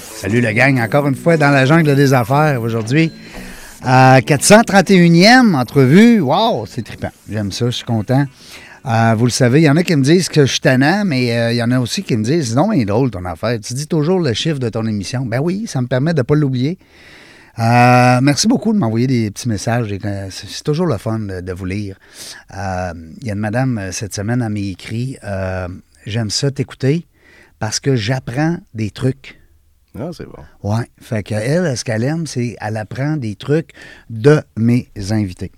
Salut le gang, encore une fois dans la jungle des affaires aujourd'hui. Euh, 431e entrevue. Wow, c'est trippant. J'aime ça, je suis content. Euh, vous le savez, il y en a qui me disent que je suis tannant, mais euh, il y en a aussi qui me disent non, mais drôle ton affaire. Tu dis toujours le chiffre de ton émission. Ben oui, ça me permet de ne pas l'oublier. Euh, merci beaucoup de m'envoyer des petits messages. euh, C'est toujours le fun de, de vous lire. Euh, Il y a une madame cette semaine, elle m'a écrit euh, J'aime ça t'écouter parce que j'apprends des trucs. Ah, c'est bon. Ouais. Fait que elle, ce qu'elle aime, c'est elle apprend des trucs de mes invités.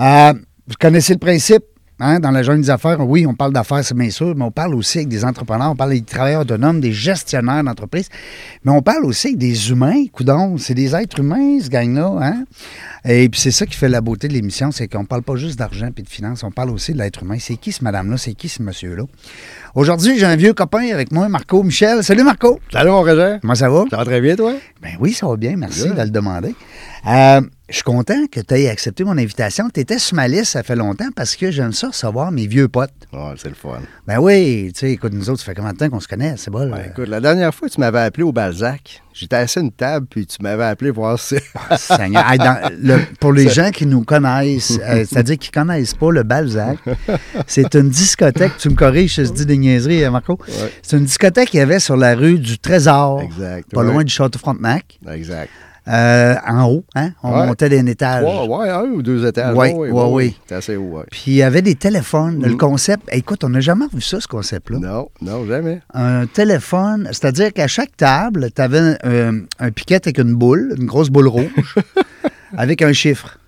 Euh, vous connaissez le principe? hein, dans la journée des affaires, oui, on parle d'affaires, c'est bien sûr, mais on parle aussi avec des entrepreneurs, on parle des travailleurs autonomes, des gestionnaires d'entreprise, mais on parle aussi avec des humains, coudons, c'est des êtres humains, ce gang-là. Hein? Et puis c'est ça qui fait la beauté de l'émission, c'est qu'on parle pas juste d'argent et de finances, on parle aussi de l'être humain. C'est qui ce madame-là, c'est qui ce monsieur-là? Aujourd'hui, j'ai un vieux copain avec moi, Marco Michel. Salut Marco! Salut, mon Roger. Comment ça va? Ça va très bien, toi? Ben oui, ça va bien, merci Good. de le demander. Euh, je suis content que tu aies accepté mon invitation. Tu étais sur ma liste, ça fait longtemps, parce que j'aime ça recevoir mes vieux potes. Ouais, c'est le fun. Ben oui, tu sais, écoute, nous autres, ça fait combien de temps qu'on se connaît, c'est bon? Ben, écoute, la dernière fois, tu m'avais appelé au Balzac. J'étais assis à une table, puis tu m'avais appelé voir si. Seigneur. Hey, dans- le- pour les gens qui nous connaissent, euh, c'est-à-dire qui connaissent pas le Balzac, c'est une discothèque, tu me corriges, je te dis des niaiseries, euh, Marco. C'est une discothèque qu'il y avait sur la rue du Trésor, Exact, pas ouais. loin du Château Frontenac, exact. euh, en haut, hein? On Ouais. montait d'un étage. Trois, ouais, un ou deux étages. Ouais, oui, ouais, oui. C'est assez haut, ouais. Puis il y avait des téléphones. Le concept, écoute, on n'a jamais vu ça, ce concept-là. Mm-hmm. Non, non, jamais. Un téléphone, c'est-à-dire qu'à chaque table, tu avais un, euh, un piquet avec une boule, une grosse boule rouge, avec un chiffre.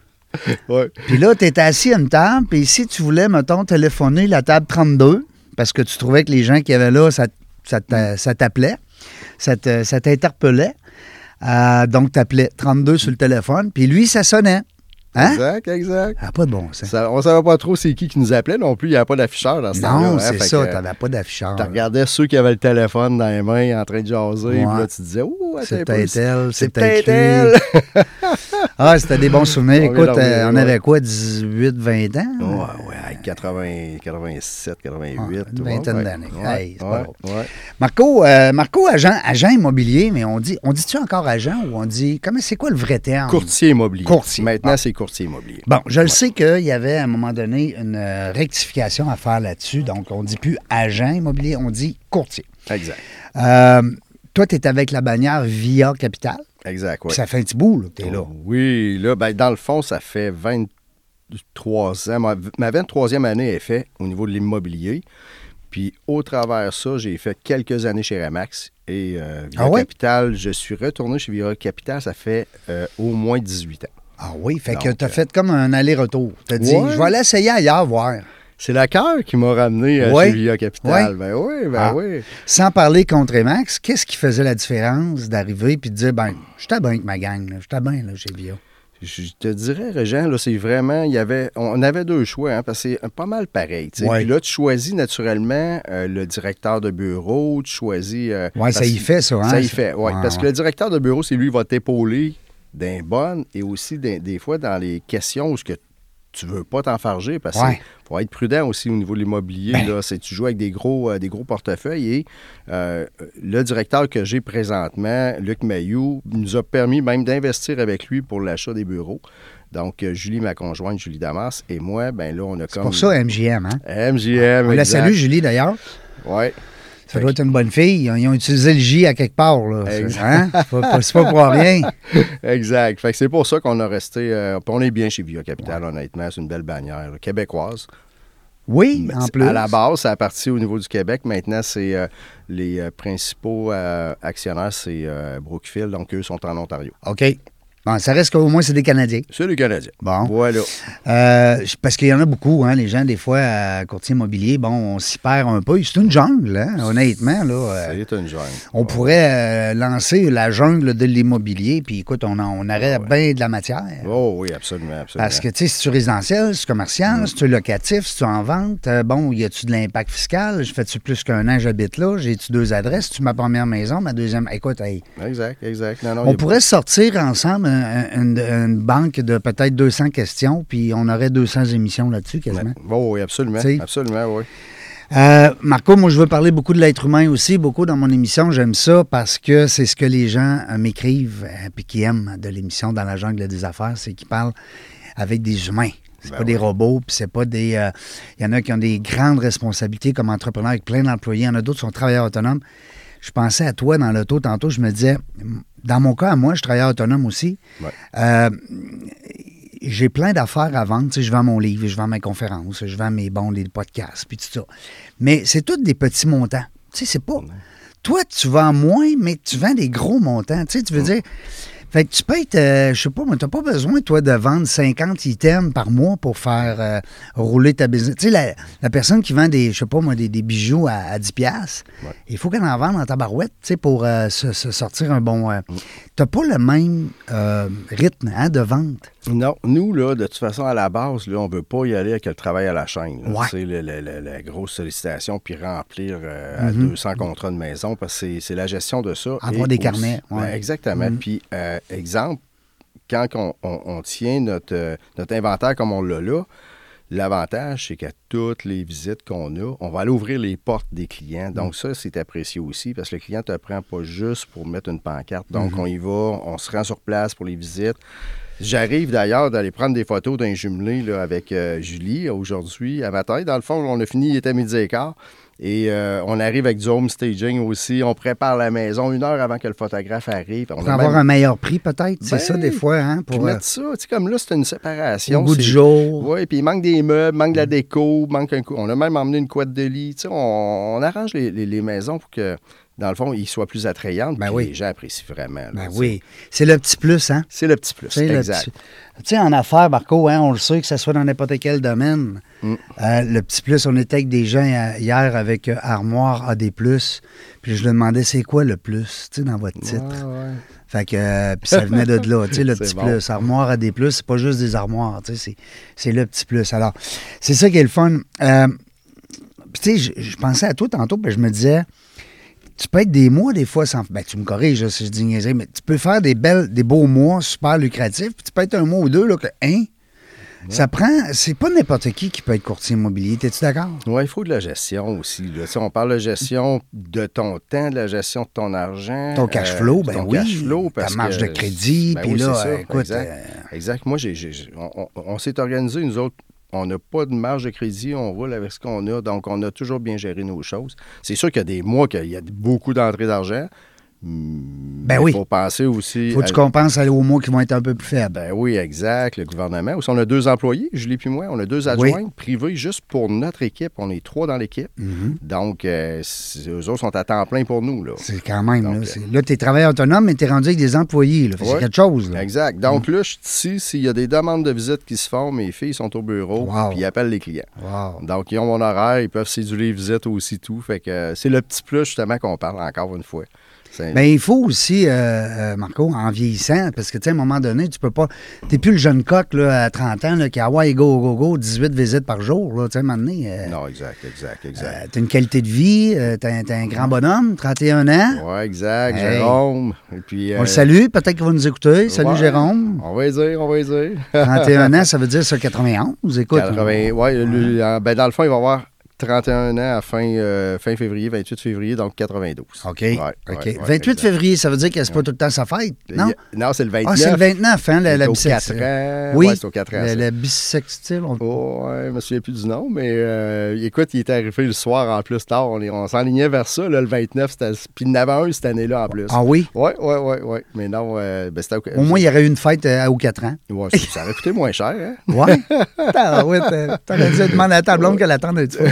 Ouais. Puis là, tu étais assis à une table, puis si tu voulais, mettons, téléphoner la table 32, parce que tu trouvais que les gens qui avaient là, ça, ça t'a- ça t'appelait, ça te- ça t'interpellait. Euh, donc, tu appelais 32 sur le téléphone, puis lui, ça sonnait. Hein? Exact, exact. Ah, pas de bon sens. Ça- on savait pas trop c'est qui qui nous appelait non plus. Il n'y avait pas d'afficheur dans ce temps-là. Non, hein, c'est fait ça, que, t'avais pas d'afficheur. Tu regardais ceux qui avaient le téléphone dans les mains en train de jaser. Ouais. Puis là, tu disais, oh, attends C'est un peu, peut-être elle, c'est c'est peut-être peut-être elle. ah, c'était des bons souvenirs. On vient Écoute, d'en euh, revenir, on ouais. avait quoi, 18, 20 ans? Ouais, ouais, 80, 87, 88. Ouais, une ouais, vingtaine ouais. d'années. Ouais, Hey, c'est pas ouais, drôle. ouais. Marco, euh, Marco agent, agent immobilier, mais on dit, on dit-tu encore agent ou on dit, comment c'est quoi le vrai terme? Courtier immobilier. Ah, Courtier. Maintenant, Ah. c'est courtier immobilier. Bon, je le sais qu'il y avait à un moment donné une euh, rectification à faire là-dessus, donc on dit plus agent immobilier, on dit courtier. Exact. Euh, toi, tu es avec la bannière Via Capital, Exact, oui. puis ça fait un petit bout, là, que t'es là. Oui, là, ben, dans le fond, ça fait 23 ans. Ma, ma 23e année est faite au niveau de l'immobilier. Puis au travers de ça, j'ai fait quelques années chez Remax. Et euh, Via Ah ouais? Capital, je suis retourné chez Via Capital, ça fait euh, au moins 18 ans. Ah oui, fait que Donc, t'as euh, fait comme un aller-retour. T'as dit, Ouais. je vais aller essayer ailleurs, voir. C'est la cœur qui m'a ramené euh, Ouais. chez Via Ouais. Capital. Ben oui, ben Ah. oui. Sans parler contre Max, qu'est-ce qui faisait la différence d'arriver puis de dire, ben, je t'abonne avec ma gang, là. je t'abonne là, chez Via. Je te dirais, Régent, là, c'est vraiment, il y avait, on avait deux choix, hein, parce que c'est pas mal pareil. tu sais. Ouais. Puis là, tu choisis naturellement euh, le directeur de bureau, tu choisis... euh, Ouais, ça parce- y fait, ça, hein? Ça y fait, oui. Ouais, parce ouais. que le directeur de bureau, c'est lui qui va t'épauler d'un bon et aussi d'un- des fois dans les questions où ce que tu veux pas t'enfarger, parce qu'il Ouais. Ben. faut être prudent aussi au niveau de l'immobilier. là, c'est tu joues avec des gros, euh, des gros portefeuilles et euh, le directeur que j'ai présentement, Luc Mayou, nous a permis même d'investir avec lui pour l'achat des bureaux. Donc, euh, Julie, ma conjointe, Julie Damas, et moi, ben là, on a C'est comme... pour ça MGM, hein? MGM, On la exact. salue, Julie, d'ailleurs. Ouais. Ça doit être une bonne fille. Ils ont utilisé le J à quelque part, là. C'est- Exact. Hein? C'est pas, pas- c'est pas pour rien. Exact. Fait que c'est pour ça qu'on a resté. euh, puis on est bien chez Via Capital, honnêtement. C'est une belle bannière là, québécoise. Oui, en C'est- plus. À la base, ça a parti au niveau du Québec. Maintenant, c'est euh, les euh, principaux euh, actionnaires, c'est euh, Brookfield. Donc, eux sont en Ontario. OK. Bon, ça reste qu'au moins, c'est des Canadiens. C'est le Canadien. Bon. Voilà. Euh, je- parce qu'il y en a beaucoup, hein, les gens, des fois, à courtier immobilier, bon, on s'y perd un peu. C'est une jungle, hein, honnêtement. Là, euh, C'est une jungle. on pourrait euh, lancer la jungle de l'immobilier, puis écoute, on, en- Ah on aurait bien de la matière. Oh oui, absolument, absolument. euh, Parce que, tu sais, si tu résidentiel, si tu commercial, Mm. si tu locatif, si tu en vente, euh, bon, y a-tu de l'impact fiscal? Je fais-tu plus qu'un an, j'habite là? J'ai-tu deux adresses? Tu ma première maison, ma deuxième. Écoute, hey, Exact, exact. Non, non, il Ah, y on a pourrait sortir ensemble un- un- une, une banque de peut-être 200 questions, puis on aurait 200 émissions là-dessus beaucoup- quasiment. Oh oui, absolument. Tu sais. Absolument, oui. Euh, Marco, moi, je veux parler beaucoup de l'être humain aussi, beaucoup dans mon émission. J'aime ça parce que c'est ce que les gens euh, m'écrivent et qui aiment de l'émission dans la jungle des affaires, c'est qu'ils parlent avec des humains. C'est Ben pas des robots, puis c'est pas des. euh, Il y en a qui ont des grandes responsabilités comme entrepreneurs avec plein d'employés. Il y en a d'autres qui sont travailleurs autonomes. Je pensais à toi dans l'auto tantôt. Je me disais, dans mon cas, moi, je suis travailleur autonome aussi. Ouais. Euh, j'ai plein d'affaires à vendre. Tu sais, je vends mon livre, je vends mes conférences, je vends mes bons, les podcasts, puis tout ça. Mais c'est tous des petits montants. Tu sais, c'est pas. Toi, tu vends moins, mais tu vends des gros montants. Tu sais, tu veux dire. Fait que tu peux être, euh, je sais pas, mais t'as pas besoin, toi, de vendre 50 items par mois pour faire euh, rouler ta business. Tu sais, la, la personne qui vend des, je sais pas moi, des, des bijoux à, à 10 piastres, Ouais. il faut qu'elle en vende dans ta barouette, tu sais, pour euh, se, se sortir un bon... euh, T'as pas le même euh, rythme hein, de vente. Non, nous, là, de toute façon, à la base, là, on ne veut pas y aller avec le travail à la chaîne. là. Ouais. Tu sais, le- le- le- la grosse sollicitation, puis remplir euh, à 200 contrats de maison, parce que c'est- c'est la gestion de ça. Mhm. Avoir Et des carnets, Ben, ouais. Mhm. exactement. Puis, euh, exemple, quand on, on- on tient notre, euh, notre inventaire comme on l'a là, L'avantage, c'est qu'à toutes les visites qu'on a, on va aller ouvrir les portes des clients. Mm. Donc, ça, c'est apprécié aussi parce que le client ne te prend pas juste pour mettre une pancarte. Donc, Mm-hmm. on y va, on se rend sur place pour les visites. J'arrive d'ailleurs d'aller prendre des photos d'un jumelé là, avec euh, Julie aujourd'hui à matin. Dans le fond, on a fini, il était midi et quart. Et euh, on arrive avec du home staging aussi. On prépare la maison une heure avant que le photographe arrive. On Pour a avoir même- un meilleur prix, peut-être. c'est Ben, ça, des fois, hein, Puis pour euh, mettre ça, tu sais, comme là, c'est une séparation. au goût du c'est- jour. Mm. oui, puis il manque des meubles, manque de la déco, manque un cou- On a même emmené une couette de lit. Tu sais, on, on arrange les, les- les maisons pour que, dans le fond, ils soient plus attrayantes. Ben puis oui. Les gens apprécient vraiment. là, Ben tu sais. oui, c'est le petit plus, hein? C'est le petit plus. Tu sais, le exact. petit- Tu sais, en affaires, Marco, hein, on le sait, que ce soit dans n'importe quel domaine. Mm. euh, le petit plus, on était avec des gens euh, hier avec euh, Armoire AD. Puis je lui demandais c'est quoi le plus, tu sais, dans votre titre. Fait que, euh, puis ça venait de là, tu sais, le C'est petit bon. plus. Armoire AD, c'est pas juste des armoires, tu sais, c'est- c'est le petit plus. Alors, c'est ça qui est le fun. Euh, puis tu sais, je- je pensais à toi tantôt, puis je me disais, tu peux être des mois des fois sans. Ben, tu me corriges là, si je dis niaiserie, mais tu peux faire des belles, des beaux mois super lucratifs, puis tu peux être un mois ou deux, là, que, hein? Ça prend. C'est pas n'importe qui qui peut être courtier immobilier, t'es-tu d'accord? Oui, il faut de la gestion aussi. là. Tu sais, On parle de gestion de ton temps, de la gestion de ton argent. euh, Ton cash flow, ben ton oui, cash flow, ta parce marge que- ben de crédit, puis là, c'est euh, écoute, Exact. exact. Moi, j'ai- j'ai- j'ai- on, on- on s'est organisé, nous autres. On n'a pas de marge de crédit, on roule avec ce qu'on a. Donc, on a toujours bien géré nos choses. C'est sûr qu'il y a des mois qu'il y a beaucoup d'entrées d'argent. Ben mais oui. faut penser aussi. Faut que tu à- compenses aux mois qui vont être un peu plus faibles. ben oui, exact. Le gouvernement. Aussi, on a deux employés, Julie puis moi. On a deux adjoints privés juste pour notre équipe. On est trois dans l'équipe. Donc, euh, c'est- eux autres sont à temps plein pour nous. Là. Mm-hmm. C'est quand même, Donc, là. euh, c'est- Là, t'es travailleur autonome, mais t'es rendu avec des employés, là. Fait que C'est Ouais. quelque chose, là. Exact. Mm-hmm. Donc, là, je suis ici. S'il y a des demandes de visite qui se font, mes filles sont au bureau Wow. puis ils appellent les clients. Wow. Donc, ils ont mon horaire. Ils peuvent séduire les visites aussi, tout. Fait que euh, c'est le petit plus, justement, qu'on parle encore une fois. C'est- Ben, il faut aussi, euh, euh, Marco, en vieillissant, parce que, tu sais, à un moment donné, tu peux pas. T'es plus le jeune coq, là, à 30 ans, là, qui a Hawaii, go, go, go, 18 visites par jour, là. Tu sais, à un moment donné, euh, Non, exact, exact, exact. euh, t'as une qualité de vie, euh, t'es un- t'es un grand bonhomme, 31 ans. Ouais, exact. Hey. Jérôme. Et puis, On euh, le salue, peut-être qu'il va nous écouter. Salut, ouais. Jérôme. On va y dire, on va y dire. 31 ans, ça veut dire ça, 91. Écoute. 80, ouais, lui, en- ben, dans le fond, il va avoir 31 ans à fin, euh, fin février, 28 février, donc 92. OK. Ouais, OK. ouais, ouais, 28 exact. février, ça veut dire que c'est pas tout le temps sa fête, non? Il- Non, c'est le 29. Ah, c'est le 29, hein, la, C'est la au bisextile. quatre ans. Oui, Ouais, c'est au quatre ans, la, ça. la bisextile. on- Oh, ouais, je me souviens plus du nom, mais euh, écoute, il est arrivé le soir en plus tard. On, est- on s'enlignait vers ça, là, le 29. c'était- Puis il y en avait un cette année-là en plus. Ah oui? Ouais, ouais, ouais, ouais. Mais non, euh, ben, c'était Au moins, il y aurait eu une fête euh, aux 4 ans. Ouais, ça aurait coûté moins cher, hein? Ouais. T'aurais dû demander à ta blonde qu'elle attende un petit peu.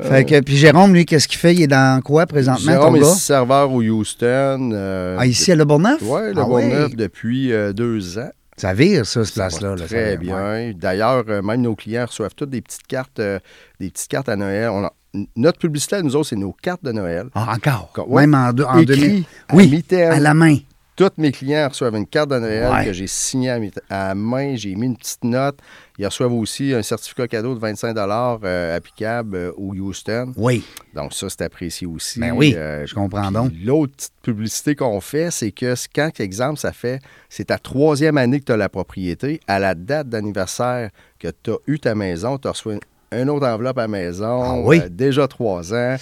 fait que, puis Jérôme, lui, qu'est-ce qu'il fait? Il est dans quoi présentement, Jérôme ton est gars? serveur au Houston. euh, Ah, ici à Le Bourgneuf? Ouais, le Ah ouais. Bonheur depuis euh, deux ans. Ça vire, ça, cette Ça va place-là. là, Très ça- bien. ouais. D'ailleurs, euh, même nos clients reçoivent toutes des petites cartes, euh, des petites cartes à Noël. On a- Notre publicité à nous autres, c'est nos cartes de Noël. Ah, encore. Ouais. Même en, deux- en Écrit 2000. à Oui, mi-terme. à la main. Tous mes clients reçoivent une carte de Noël Ouais. que j'ai signée à, mi- à main. J'ai mis une petite note. Ils reçoivent aussi un certificat cadeau de 25 euh, applicable euh, au Houston. Oui. Donc ça, c'est apprécié aussi. Ben oui, Euh, je comprends puis donc. L'autre petite publicité qu'on fait, c'est que c- quand, exemple, ça fait, c'est ta troisième année que tu as la propriété, à la date d'anniversaire que tu as eu ta maison, tu reçois une, une autre enveloppe à la maison, euh, Ah oui? déjà trois ans.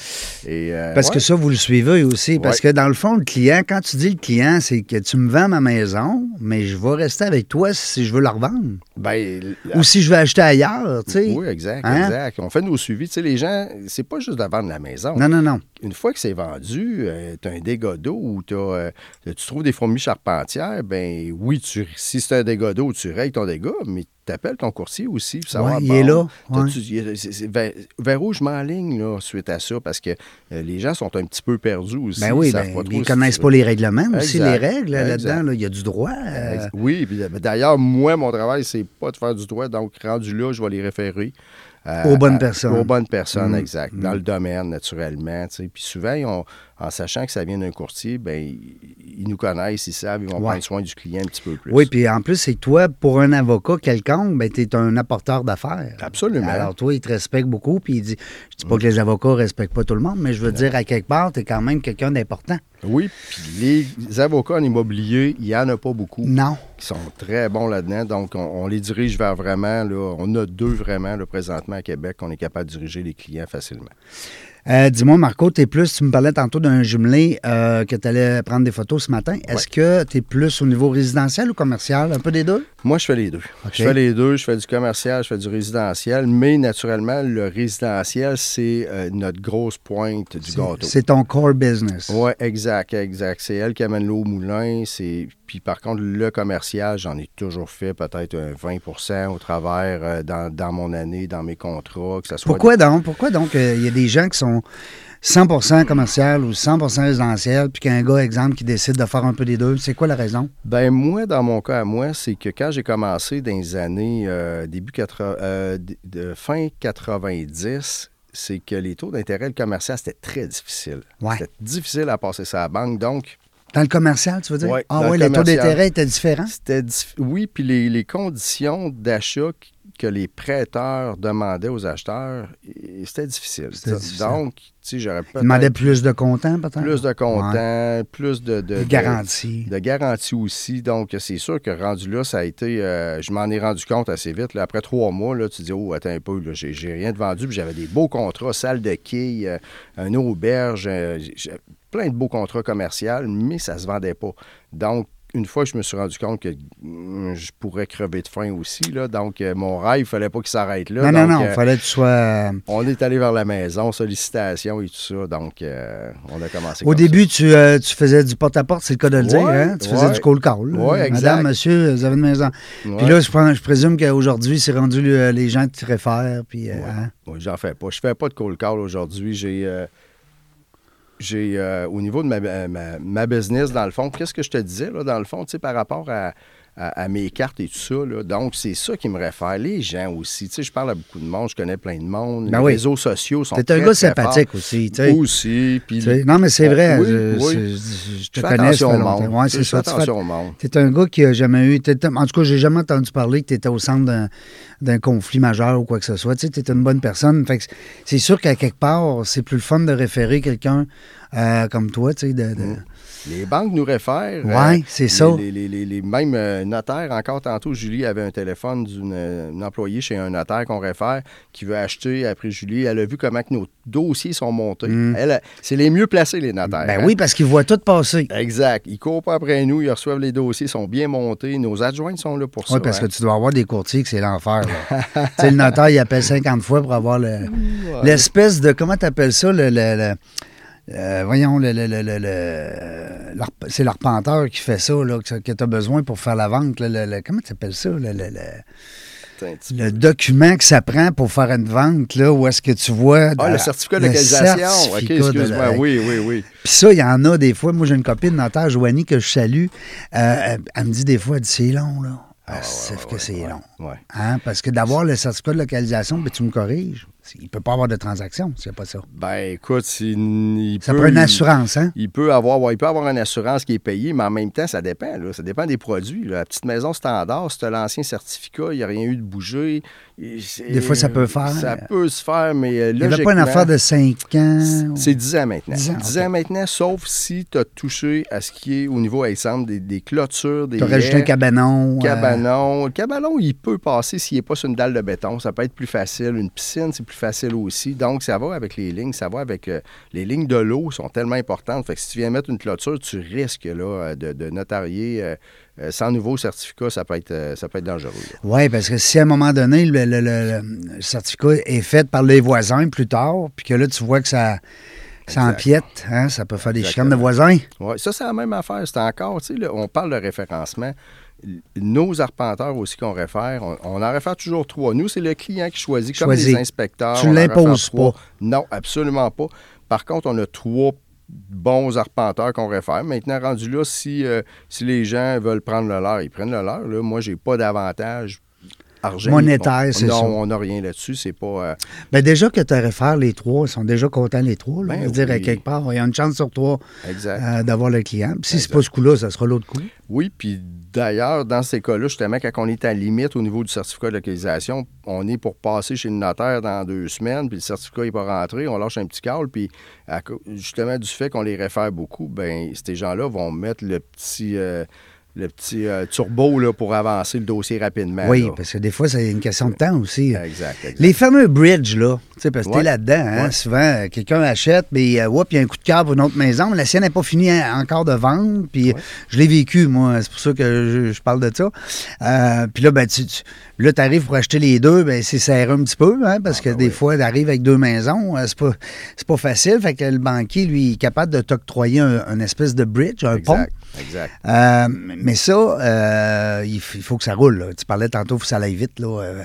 Et, euh, Parce ouais. que ça, vous le suivez aussi. Parce que dans le fond, le client, quand tu dis le client, c'est que tu me vends ma maison, mais je vais rester avec toi si je veux la revendre. Ben, Ou si je veux acheter ailleurs, tu sais. Oui, exact, Hein? exact. On fait nos suivis. Tu sais, les gens, c'est pas juste de vendre la maison. Non, non, non. Une fois que c'est vendu, tu as un dégât d'eau ou t'as, euh, tu trouves des fourmis charpentières, ben oui, tu, si c'est un dégât d'eau, tu règles ton dégât, mais tu appelles ton courtier aussi pour savoir. Ouais, il est là, ouais. t'as-tu- il est- c'est- c'est vers, vers où je m'enligne là, suite à ça, parce que euh, les gens sont un petit peu perdus aussi. Ben oui, ils savent ben, pas trop ils si ne tu connaissent veux- pas les règlements aussi, Exact, les règles là, exact. là-dedans. là, Il y a du droit. euh, Ex- Oui, puis d'ailleurs, moi, mon travail, c'est pas de faire du droit, donc rendu là, je vais les référer. à- Aux bonnes à- personnes. Aux bonnes personnes, Mm. exact. Dans le domaine, naturellement. tu sais. Puis souvent, ils ont- en sachant que ça vient d'un courtier, ben, ils ils nous connaissent, ils savent, ils vont Ouais. prendre soin du client un petit peu plus. oui, puis en plus, c'est que toi, pour un avocat quelconque, ben, tu es un apporteur d'affaires. Absolument. Mm. Alors, toi, il te respecte beaucoup, puis il dit Je dis pas que les avocats respectent pas tout le monde, mais je veux dire, à quelque part, tu es quand même quelqu'un d'important. Oui, puis les avocats en immobilier, il n'y en a pas beaucoup. Non. qui sont très bons là-dedans. Donc, on, on les dirige vers vraiment, là, on a deux vraiment, là, présentement à Québec, qu'on est capable de diriger les clients facilement. Euh, Dis-moi, Marco, t'es plus, tu me parlais tantôt d'un jumelé euh, que tu allais prendre des photos ce matin. Est-ce que tu es plus au niveau résidentiel ou commercial? Un peu des deux? Moi, je fais les deux. OK. Je fais les deux. Je fais du commercial, je fais du résidentiel. Mais naturellement, le résidentiel, c'est euh, notre grosse pointe du gâteau. C'est ton core business. Oui, exact, exact. C'est elle qui amène l'eau au moulin. C'est... Puis par contre, le commercial, j'en ai toujours fait peut-être un 20 au travers euh, dans, dans mon année, dans mes contrats, que ce soit... Pourquoi donc? Pourquoi donc euh, il y a des gens qui sont 100 commercial ou 100 résidentiel, puis qu'un gars, exemple, qui décide de faire un peu des deux? C'est quoi la raison? Ben moi, dans mon cas à moi, c'est que quand j'ai commencé dans les années euh, début 80, euh, d- de fin 90, c'est que les taux d'intérêt le commercial, c'était très difficile. Ouais. C'était difficile à passer ça à la banque. Donc, Dans le commercial, tu veux dire? Ouais, ah dans oui, le le taux commercial. d'intérêt était différent? c'était dif- oui, puis les, les conditions d'achat qu- que les prêteurs demandaient aux acheteurs, et- c'était difficile. C'était difficile. Donc, tu sais, j'aurais Il demandait peut-être plus de comptant, peut-être? plus de comptant, Ouais. plus de... de- Plus de- garantie. de garantie aussi. Donc, c'est sûr que rendu là, ça a été. euh, je m'en ai rendu compte assez vite. là. Après trois mois, là, tu dis, oh, attends un peu, là, j'ai, j'ai rien de vendu. Puis j'avais des beaux contrats, salle de quilles, euh, une auberge, euh, j'ai- j'ai plein de beaux contrats commerciaux, mais ça se vendait pas. Donc, une fois, je me suis rendu compte que mm, je pourrais crever de faim aussi. Là, donc, euh, mon rêve, il fallait pas qu'il s'arrête là. non, non, donc, non, il euh, fallait que tu sois... euh, On est allé vers la maison, sollicitations et tout ça. Donc, euh, on a commencé. Au comme ça. début, tu, euh, tu faisais du porte-à-porte, c'est le cas de le dire. Ouais, hein? Tu faisais ouais. du call call. là. Ouais, exact. Madame, monsieur, vous avez une maison. Puis Ouais. là, je, prends- je présume qu'aujourd'hui, c'est rendu euh, les gens qui te réfèrent. Puis, euh, hein? Moi, j'en fais pas. Je fais pas de cold call aujourd'hui. J'ai. euh, j'ai euh, au niveau de ma, euh, ma- ma business, dans le fond, qu'est-ce que je te disais, là, dans le fond, tu sais, par rapport à, à- à mes cartes et tout ça, là. donc c'est ça qui me réfère. Les gens aussi, tu sais, je parle à beaucoup de monde, je connais plein de monde, Ben les oui. réseaux sociaux sont T'es un très, gars très sympathique forts. aussi, tu sais. Aussi, puis... Tu sais, Non, mais c'est vrai. Oui, je, oui. je- je- je te Je fais connais, ça attention fait au monde. longtemps. Ouais, Je c'est fais ça. tu fais- attention au monde. T'es un gars qui a jamais eu. t'es- En tout cas, j'ai jamais entendu parler que tu étais au centre d'un- d'un conflit majeur ou quoi que ce soit. Tu étais une bonne personne. Fait que c'est- c'est sûr qu'à quelque part, c'est plus le fun de référer quelqu'un euh, comme toi, tu sais, de- Mm. de- Les banques nous réfèrent. hein. Ouais, c'est les- ça. Les, les- les- les- même euh, notaires, encore tantôt, Julie avait un téléphone d'une euh, une employée chez un notaire qu'on réfère qui veut acheter après Julie. Elle a vu comment que nos dossiers sont montés. Elle, a- c'est les mieux placés, les notaires. Mm. Ben hein. oui, parce qu'ils voient tout passer. Exact. Ils courent pas après nous, ils reçoivent les dossiers, ils sont bien montés. Nos adjointes sont là pour ça. Oui, parce que hein. tu dois avoir des courtiers que c'est l'enfer. là. tu sais, le notaire, il appelle 50 fois pour avoir le- l'espèce de. Comment tu appelles ça? Le, le- le- euh, voyons, le, le- le- le- le- l'arp- c'est l'arpenteur qui fait ça, là, que, tu as besoin pour faire la vente. là, le- le- comment tu appelles ça? Le, le- le- un petit Le document que ça prend pour faire une vente, là, où est-ce que tu vois. Ah, dans- le certificat de le localisation. OK, certificat de excuse-moi. la- Oui, oui, oui. Puis ça, il y en a des fois. Moi, j'ai une copine notaire, Joanie, que je salue. Euh, elle- elle me dit des fois, elle dit, c'est long, là. Ah, sauf que c'est long. Ouais. Hein? Parce que d'avoir le certificat de localisation, ben, tu me corriges. Il ne peut pas avoir de transaction s'il n'y a pas ça. Ben, écoute, il, il Ça peut- prend une assurance, hein? Il peut avoir, ouais, il peut avoir une assurance qui est payée, mais en même temps, ça dépend. là. Ça dépend des produits. là. La petite maison standard, si tu l'ancien certificat, il n'y a rien eu de bougé. Des fois, ça peut faire. Ça peut se faire, mais euh, Il n'y avait pas une logiquement, affaire de 5 ans. ou- C'est 10 ans maintenant. 10 10 ans, ans, ok. maintenant, sauf si tu as touché à ce qui est au niveau exemple des, des clôtures, des Tu as rajouté un haies, cabanon. euh, cabanon. Le cabanon, il peut passer s'il n'est pas sur une dalle de béton. Ça peut être plus facile. Une piscine, c'est plus facile aussi. Donc, ça va avec les lignes. Ça va avec euh, les lignes de l'eau sont tellement importantes. Fait que si tu viens mettre une clôture, tu risques là, euh, de, de notarier euh, euh, sans nouveau certificat. Ça peut être, euh, ça peut être dangereux. là. Oui, parce que si à un moment donné, le, le- le- le certificat est fait par les voisins plus tard, puis que là, tu vois que ça, ça empiète, hein, ça peut faire des chicanes de voisins. Ouais, ça, c'est la même affaire. C'est encore, tu sais, là, on parle de référencement. L- Nos arpenteurs aussi qu'on réfère, on, on en réfère toujours trois. Nous, c'est le client qui choisit, comme Choisis. les inspecteurs. Tu on en l'imposes réfère trois. pas. Non, absolument pas. Par contre, on a trois bons arpenteurs qu'on réfère. Maintenant, rendu là, si, euh, si les gens veulent prendre le leur, ils prennent le leur. Là. Moi, j'ai pas d'avantage argent. Monétaire, On- c'est ça. Non, on n'a rien là-dessus. C'est pas... euh, Ben déjà que tu aurais faire les trois, ils sont déjà contents les trois. Là, Ben je veux dire, à oui. quelque part, il y a une chance sur trois Exact. euh, d'avoir le client. Puis si c'est pas ce coup-là, ça sera l'autre coup. Oui, puis d'ailleurs, dans ces cas-là, justement, quand on est à la limite au niveau du certificat de localisation, on est pour passer chez le notaire dans deux semaines, puis le certificat n'est pas rentré, on lâche un petit call, puis à cau- justement, du fait qu'on les réfère beaucoup, ben ces gens-là vont mettre le petit, euh, le petit euh, turbo là, pour avancer le dossier rapidement. oui, là. parce que des fois, c'est une question de temps aussi. Exact, exact. Les fameux bridges, là, tu sais, parce que t'es Ouais. là-dedans, hein, Ouais. souvent, euh, quelqu'un achète, puis euh, oups, il y a un coup de cœur pour une autre maison, mais la sienne n'est pas finie en- encore de vendre, puis euh, je l'ai vécu, moi, c'est pour ça que je, je parle de ça. Euh, puis là, ben, tu, tu là, t'arrives pour acheter les deux, ben, c'est serré un petit peu, hein, parce Ah, ben que des fois, t'arrives avec deux maisons, euh, c'est pas, c'est pas facile, fait que le banquier, lui, est capable de t'octroyer un, un espèce de bridge, un pont. Exact, exact. Euh, mais ça, euh, il, f- il faut que ça roule. là. Tu parlais tantôt, il faut que ça aille vite. Là, euh,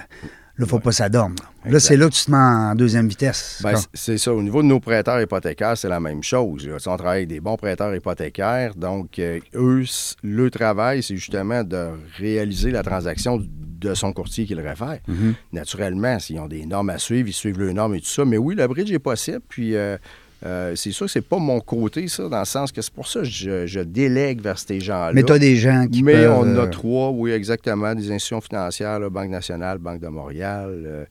là faut pas que ça dorme. Là, Là, Exact. c'est là que tu te mets en deuxième vitesse. Ben, Quand- c'est- c'est ça. Au niveau de nos prêteurs hypothécaires, c'est la même chose. là. Tu sais, On travaille avec des bons prêteurs hypothécaires. Donc, euh, eux, c- le travail, c'est justement de réaliser la transaction de son courtier qu'ils réfèrent. Mm-hmm. Naturellement, s'ils ont des normes à suivre, ils suivent leurs normes et tout ça. Mais oui, le bridge est possible. Puis, euh, euh, c'est sûr que c'est pas mon côté, ça, dans le sens que c'est pour ça que je, je délègue vers ces gens-là. mais tu as des gens qui Mais peuvent, on a euh, trois, oui, exactement, des institutions financières, là, Banque nationale, Banque de Montréal. euh,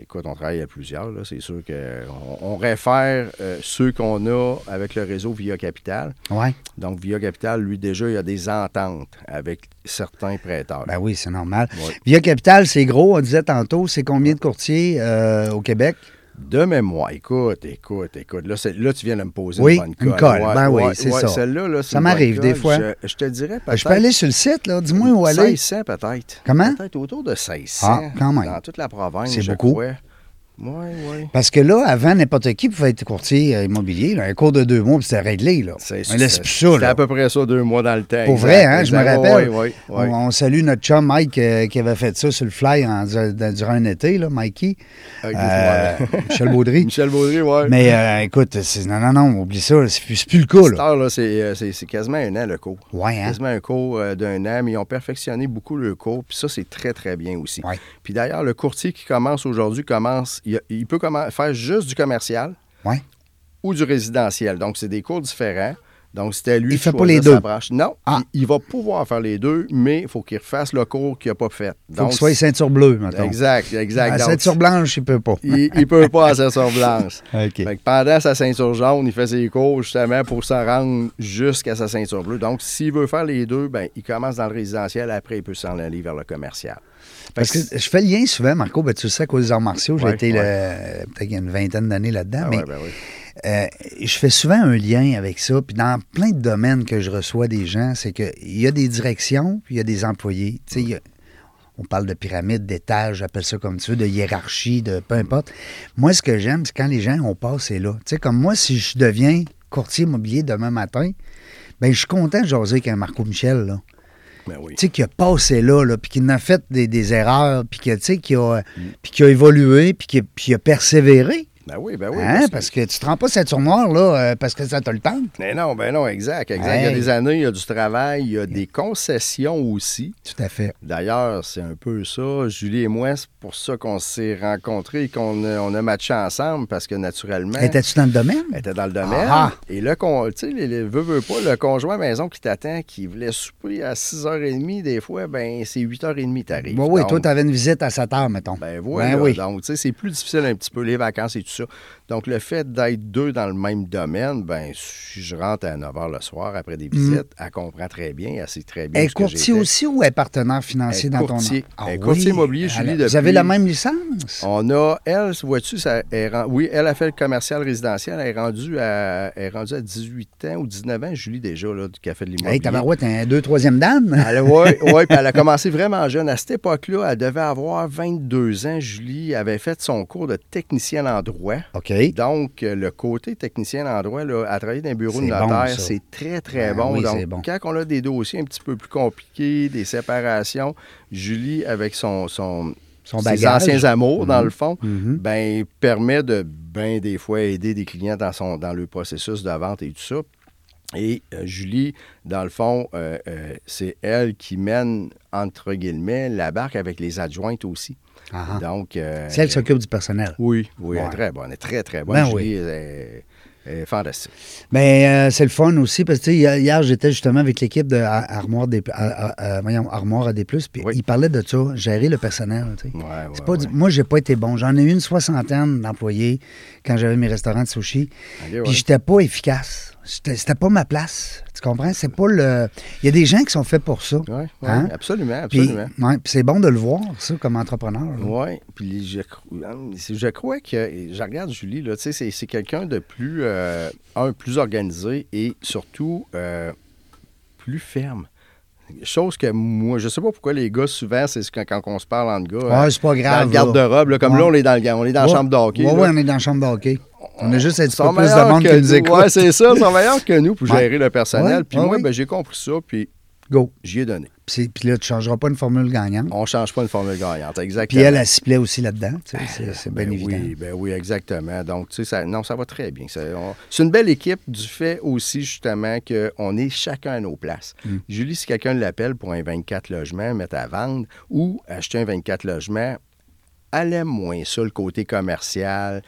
écoute, on travaille à plusieurs. là, C'est sûr qu'on on réfère euh, ceux qu'on a avec le réseau Via Capital. ouais. Donc, Via Capital, lui, déjà, il y a des ententes avec certains prêteurs. Ben oui, c'est normal. Ouais. Via Capital, c'est gros. On disait tantôt, c'est combien de courtiers euh, au Québec? De mémoire, écoute, écoute, écoute. Là, c'est- là, tu viens de me poser Oui, une bonne une colle. colle, ben oui, c'est ça. Celle-là, là, c'est Ça une bonne m'arrive des colle. fois. Je, je te dirais peut-être. Ben, je peux aller sur le site, là. Dis-moi où aller. 600 peut-être. Comment? Peut-être autour de 600. Ah, quand même. Dans toute la province. C'est je beaucoup. crois. Oui, oui. Parce que là, avant, n'importe qui pouvait être courtier euh, immobilier. là. Un cours de deux mois, puis c'était réglé. Là. Mais là, c'est plus ça. C'était là. à peu près ça, deux mois dans le temps. Pour exact, vrai, hein, je me exact. rappelle. Oui, oui, oui. On, on salue notre chum Mike euh, qui avait fait ça sur le fly en- durant durant un été, là, Mikey. Avec Euh, des- ouais. Michel Baudry. Michel Baudry, oui. Mais euh, écoute, c'est- non, non, non, oublie ça, c'est plus, c'est plus le cas. Là. Star, là, c'est, euh, c'est, c'est quasiment un an le cours. Ouais, hein? Quasiment un cours euh, d'un an, mais ils ont perfectionné beaucoup le cours, puis ça, c'est très, très bien aussi. Ouais. Puis d'ailleurs, le courtier qui commence aujourd'hui commence, il, a- il peut commen- faire juste du commercial Ouais. ou du résidentiel. Donc, c'est des cours différents. Donc, c'était lui Il qui fait pas les choisissait sa deux. branche. Non, Ah. il, il va pouvoir faire les deux, mais il faut qu'il refasse le cours qu'il n'a pas fait. Faut Donc, que ce soit ceinture bleue, maintenant. Exact, exact. Donc, ceinture blanche, il peut pas. il ne peut pas à sa ceinture blanche. OK. Fait que pendant sa ceinture jaune, il fait ses cours justement pour s'en rendre jusqu'à sa ceinture bleue. Donc, s'il veut faire les deux, ben, il commence dans le résidentiel, après, il peut s'en aller vers le commercial. Fait Parce que je fais le lien souvent, Marco, ben, tu sais, à cause des arts martiaux, j'ai Ouais, été le- peut-être il y a une vingtaine d'années là-dedans, Ah mais ouais, ben oui. Euh, je fais souvent un lien avec ça. Puis dans plein de domaines que je reçois des gens, c'est qu'il y a des directions, puis il y a des employés. Tu sais, il y a- on parle de pyramide, d'étage, appelle ça comme tu veux, de hiérarchie, de peu importe. Moi, ce que j'aime, c'est quand les gens ont passé là. Tu sais, comme moi, si je deviens courtier immobilier demain matin, ben je suis content de jaser avec un Marco Michel, là. Ben oui. tu sais, qui a passé là, là, puis qui en a fait des, des erreurs, puis que, tu sais, qui a, puis qui a évolué, puis qui, puis qui a persévéré. Ben oui, ben oui. Hein, parce que tu te rends pas cette tournoire, là, euh, parce que ça te le tente. Mais non, ben non, exact, exact. Il y a Hey. Mm. des années, il y a du travail, il y a des concessions aussi. Tout à fait. D'ailleurs, c'est un peu ça. Julie et moi, c'est pour ça qu'on s'est rencontrés et qu'on a, on a matché ensemble, parce que naturellement, elle Étais-tu dans le domaine? était dans le domaine. Ah! Et là, qu'on- tu sais, les, les- veux, veux pas, le conjoint maison qui t'attend, qui voulait souper à 6h30, des fois, ben c'est 8h30 t'arrives. Bah ben Oui, oui, Donc, toi, tu avais une visite à 7 heures, mettons. Ben voilà. oui. Donc, tu sais, c'est plus difficile un petit peu, les vacances et tout ça. Donc, le fait d'être deux dans le même domaine, ben si je rentre à 9 h le soir après des visites, elle comprend très bien, elle sait très bien. Mm. Elle est ce que courtier j'étais. aussi ou est partenaire financier Elle est dans courtier. ton Ah Elle est courtier immobilier, Julie, Alors, Vous depuis- avez la même licence? On a, elle, vois-tu, ça est ren- oui, elle a fait le commercial résidentiel, elle est rendue à, elle est rendue à 18 ans ou 19 ans, Julie, déjà, là, du Café de l'immobilier. Hey, Tabarouette, un deux, troisième dame. Elle, a- ouais, ouais, puis elle a commencé vraiment jeune. À cette époque-là, elle devait avoir 22 ans. Julie avait fait son cours de technicienne en droit. OK. Donc, euh, le côté technicien en droit, là, à travailler dans un bureau de C'est bon, notaire, ça. c'est très, très Ah bon. oui, c'est Donc, bon. quand on a des dossiers un petit peu plus compliqués, des séparations, Julie, avec son, son, Son ses bagage. anciens amours, dans le fond, Mhm. ben, permet de, ben, des fois, aider des clients dans, son, dans le processus de vente et tout ça. Et euh, Julie, dans le fond, euh, euh, c'est elle qui mène, entre guillemets, la barque avec les adjointes aussi. Ah, ah. Donc, euh, C'est elle qui s'occupe du personnel. oui, oui, elle Ouais. est très bonne. Elle est très, très bonne. Ben Julie, oui. elle est- elle est fantastique. Mais euh, c'est le fun aussi parce que tu sais, hier- hier, j'étais justement avec l'équipe de Ar- Armoire, des, à, à- à- voyons, Armoire à des plus, puis Oui. ils parlaient de ça, gérer le personnel. tu sais. Ouais, Ah ouais, C'est pas du- ouais. Moi, j'ai pas été bon. J'en ai eu une soixantaine d'employés quand j'avais mes restaurants de sushi. Ok, puis ouais. j'étais pas efficace. J'étais- C'était pas ma place. Tu comprends? C'est pas le. Il y a des gens qui sont faits pour ça. Ouais, ouais, Hein? Absolument, Puis, absolument. ouais, puis c'est bon de le voir, ça, comme entrepreneur. là. Oui, puis je, cro- hein, je crois que, je regarde Julie, là, tu sais, c'est, c'est quelqu'un de plus, euh, un, plus organisé et surtout euh, plus ferme. Chose que moi, je sais pas pourquoi les gars, souvent, c'est ce que- quand on se parle entre gars, Ouais, euh, c'est pas dans grave. le garde-robe, là, comme Ouais. là, on est dans, le, ga- on est dans la chambre d'hockey. Oui, là. oui, on est dans la chambre d'hockey. On a juste un petit Ils peu sont plus de meilleurs monde que qui nous nous. écoute. Ouais, c'est ça, ils sont meilleurs que nous pour Ouais. gérer le personnel. Ouais, Puis ouais, moi, oui. ben, j'ai compris ça, puis Go. j'y ai donné. Puis c'est- Puis là, tu ne changeras pas une formule gagnante. On ne change pas une formule gagnante, Puis exactement. elle, elle s'y plaît aussi là-dedans. tu sais, C'est c'est bien Ben évident. Oui, ben oui, exactement. Donc, tu sais, ça, non, ça va très bien. Ça- on- C'est une belle équipe du fait aussi, justement, qu'on est chacun à nos places. Mm. Julie, si quelqu'un l'appelle pour un 24 logements, mettre à vendre ou acheter un 24 logements, elle aime moins ça, le côté commercial,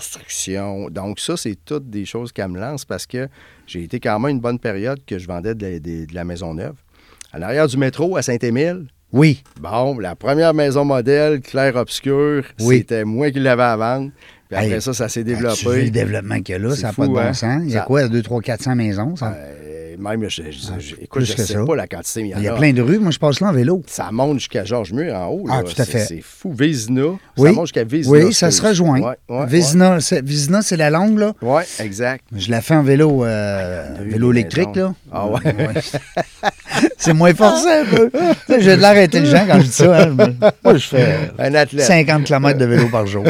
construction. Donc, ça, c'est toutes des choses qu'elle me lance parce que j'ai été quand même une bonne période que je vendais de la, des- de la maison neuve. À l'arrière du métro, à Saint-Émile, Oui. Bon, la première maison modèle, clair-obscur, Oui. c'était moi qui l'avais à vendre. Puis après Hey, ça, ça s'est Ah, tu veux le développé. développement qu'il y a là, C'est ça n'a pas de fou, bon hein? sens. Il y a Ça- quoi, 2, 3, 400 maisons? Ça? Euh, même, je, je, je- écoute, Ah, plus je que sais ça. pas la quantité, mais il y en il y a a. plein de rues. Moi, je passe là en vélo. Ça monte jusqu'à Georges Mur en haut. Ah, là. tout à C'est- fait. C'est fou. Vézina, Oui, ça monte jusqu'à Vézina. oui ça se excuse. rejoint. Ouais, ouais, Vizina, c'est- Vizina, c'est la longue, là. ouais. Ouais, exact. Je la fais en vélo, euh, il y en a Ah, eu vélo des électrique, maisons. là. Ah ouais. c'est moins forcé, un peu. Tu sais, J'ai de l'air intelligent quand je dis ça. hein. Moi, je fais Un athlète. 50 km de vélo par jour.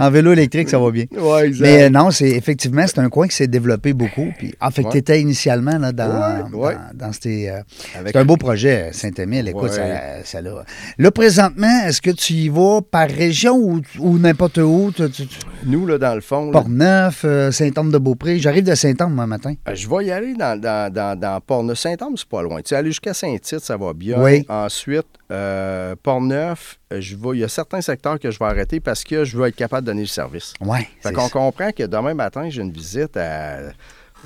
en vélo électrique, ça va bien. Ouais, exact. Mais euh, non, c'est effectivement, c'est un coin qui s'est développé beaucoup. Puis, en fait, Ouais. tu étais initialement là, dans, Ouais, ouais. dans, dans ces, euh, Avec- C'est un beau projet, euh, Saint-Émile. Écoute, Ouais. ça, ça l'a- Là, présentement, est-ce que tu y vas par région ou, ou n'importe où? Tu- tu- tu- Nous, là, dans le fond, là, Portneuf, euh, Saint-Anne-de-Beaupré. J'arrive de Saint-Anne, moi, matin. Euh, Je vais y aller dans, dans, dans, dans Portneuf. Saint-Anne, c'est pas loin. Tu sais, aller jusqu'à Saint-Tite, ça va bien. Oui. Ensuite, euh, Portneuf, euh, je vais, il y a certains secteurs que je vais arrêter parce que je veux être capable de donner le service. Oui. Fait qu'on comprend que demain matin, j'ai une visite à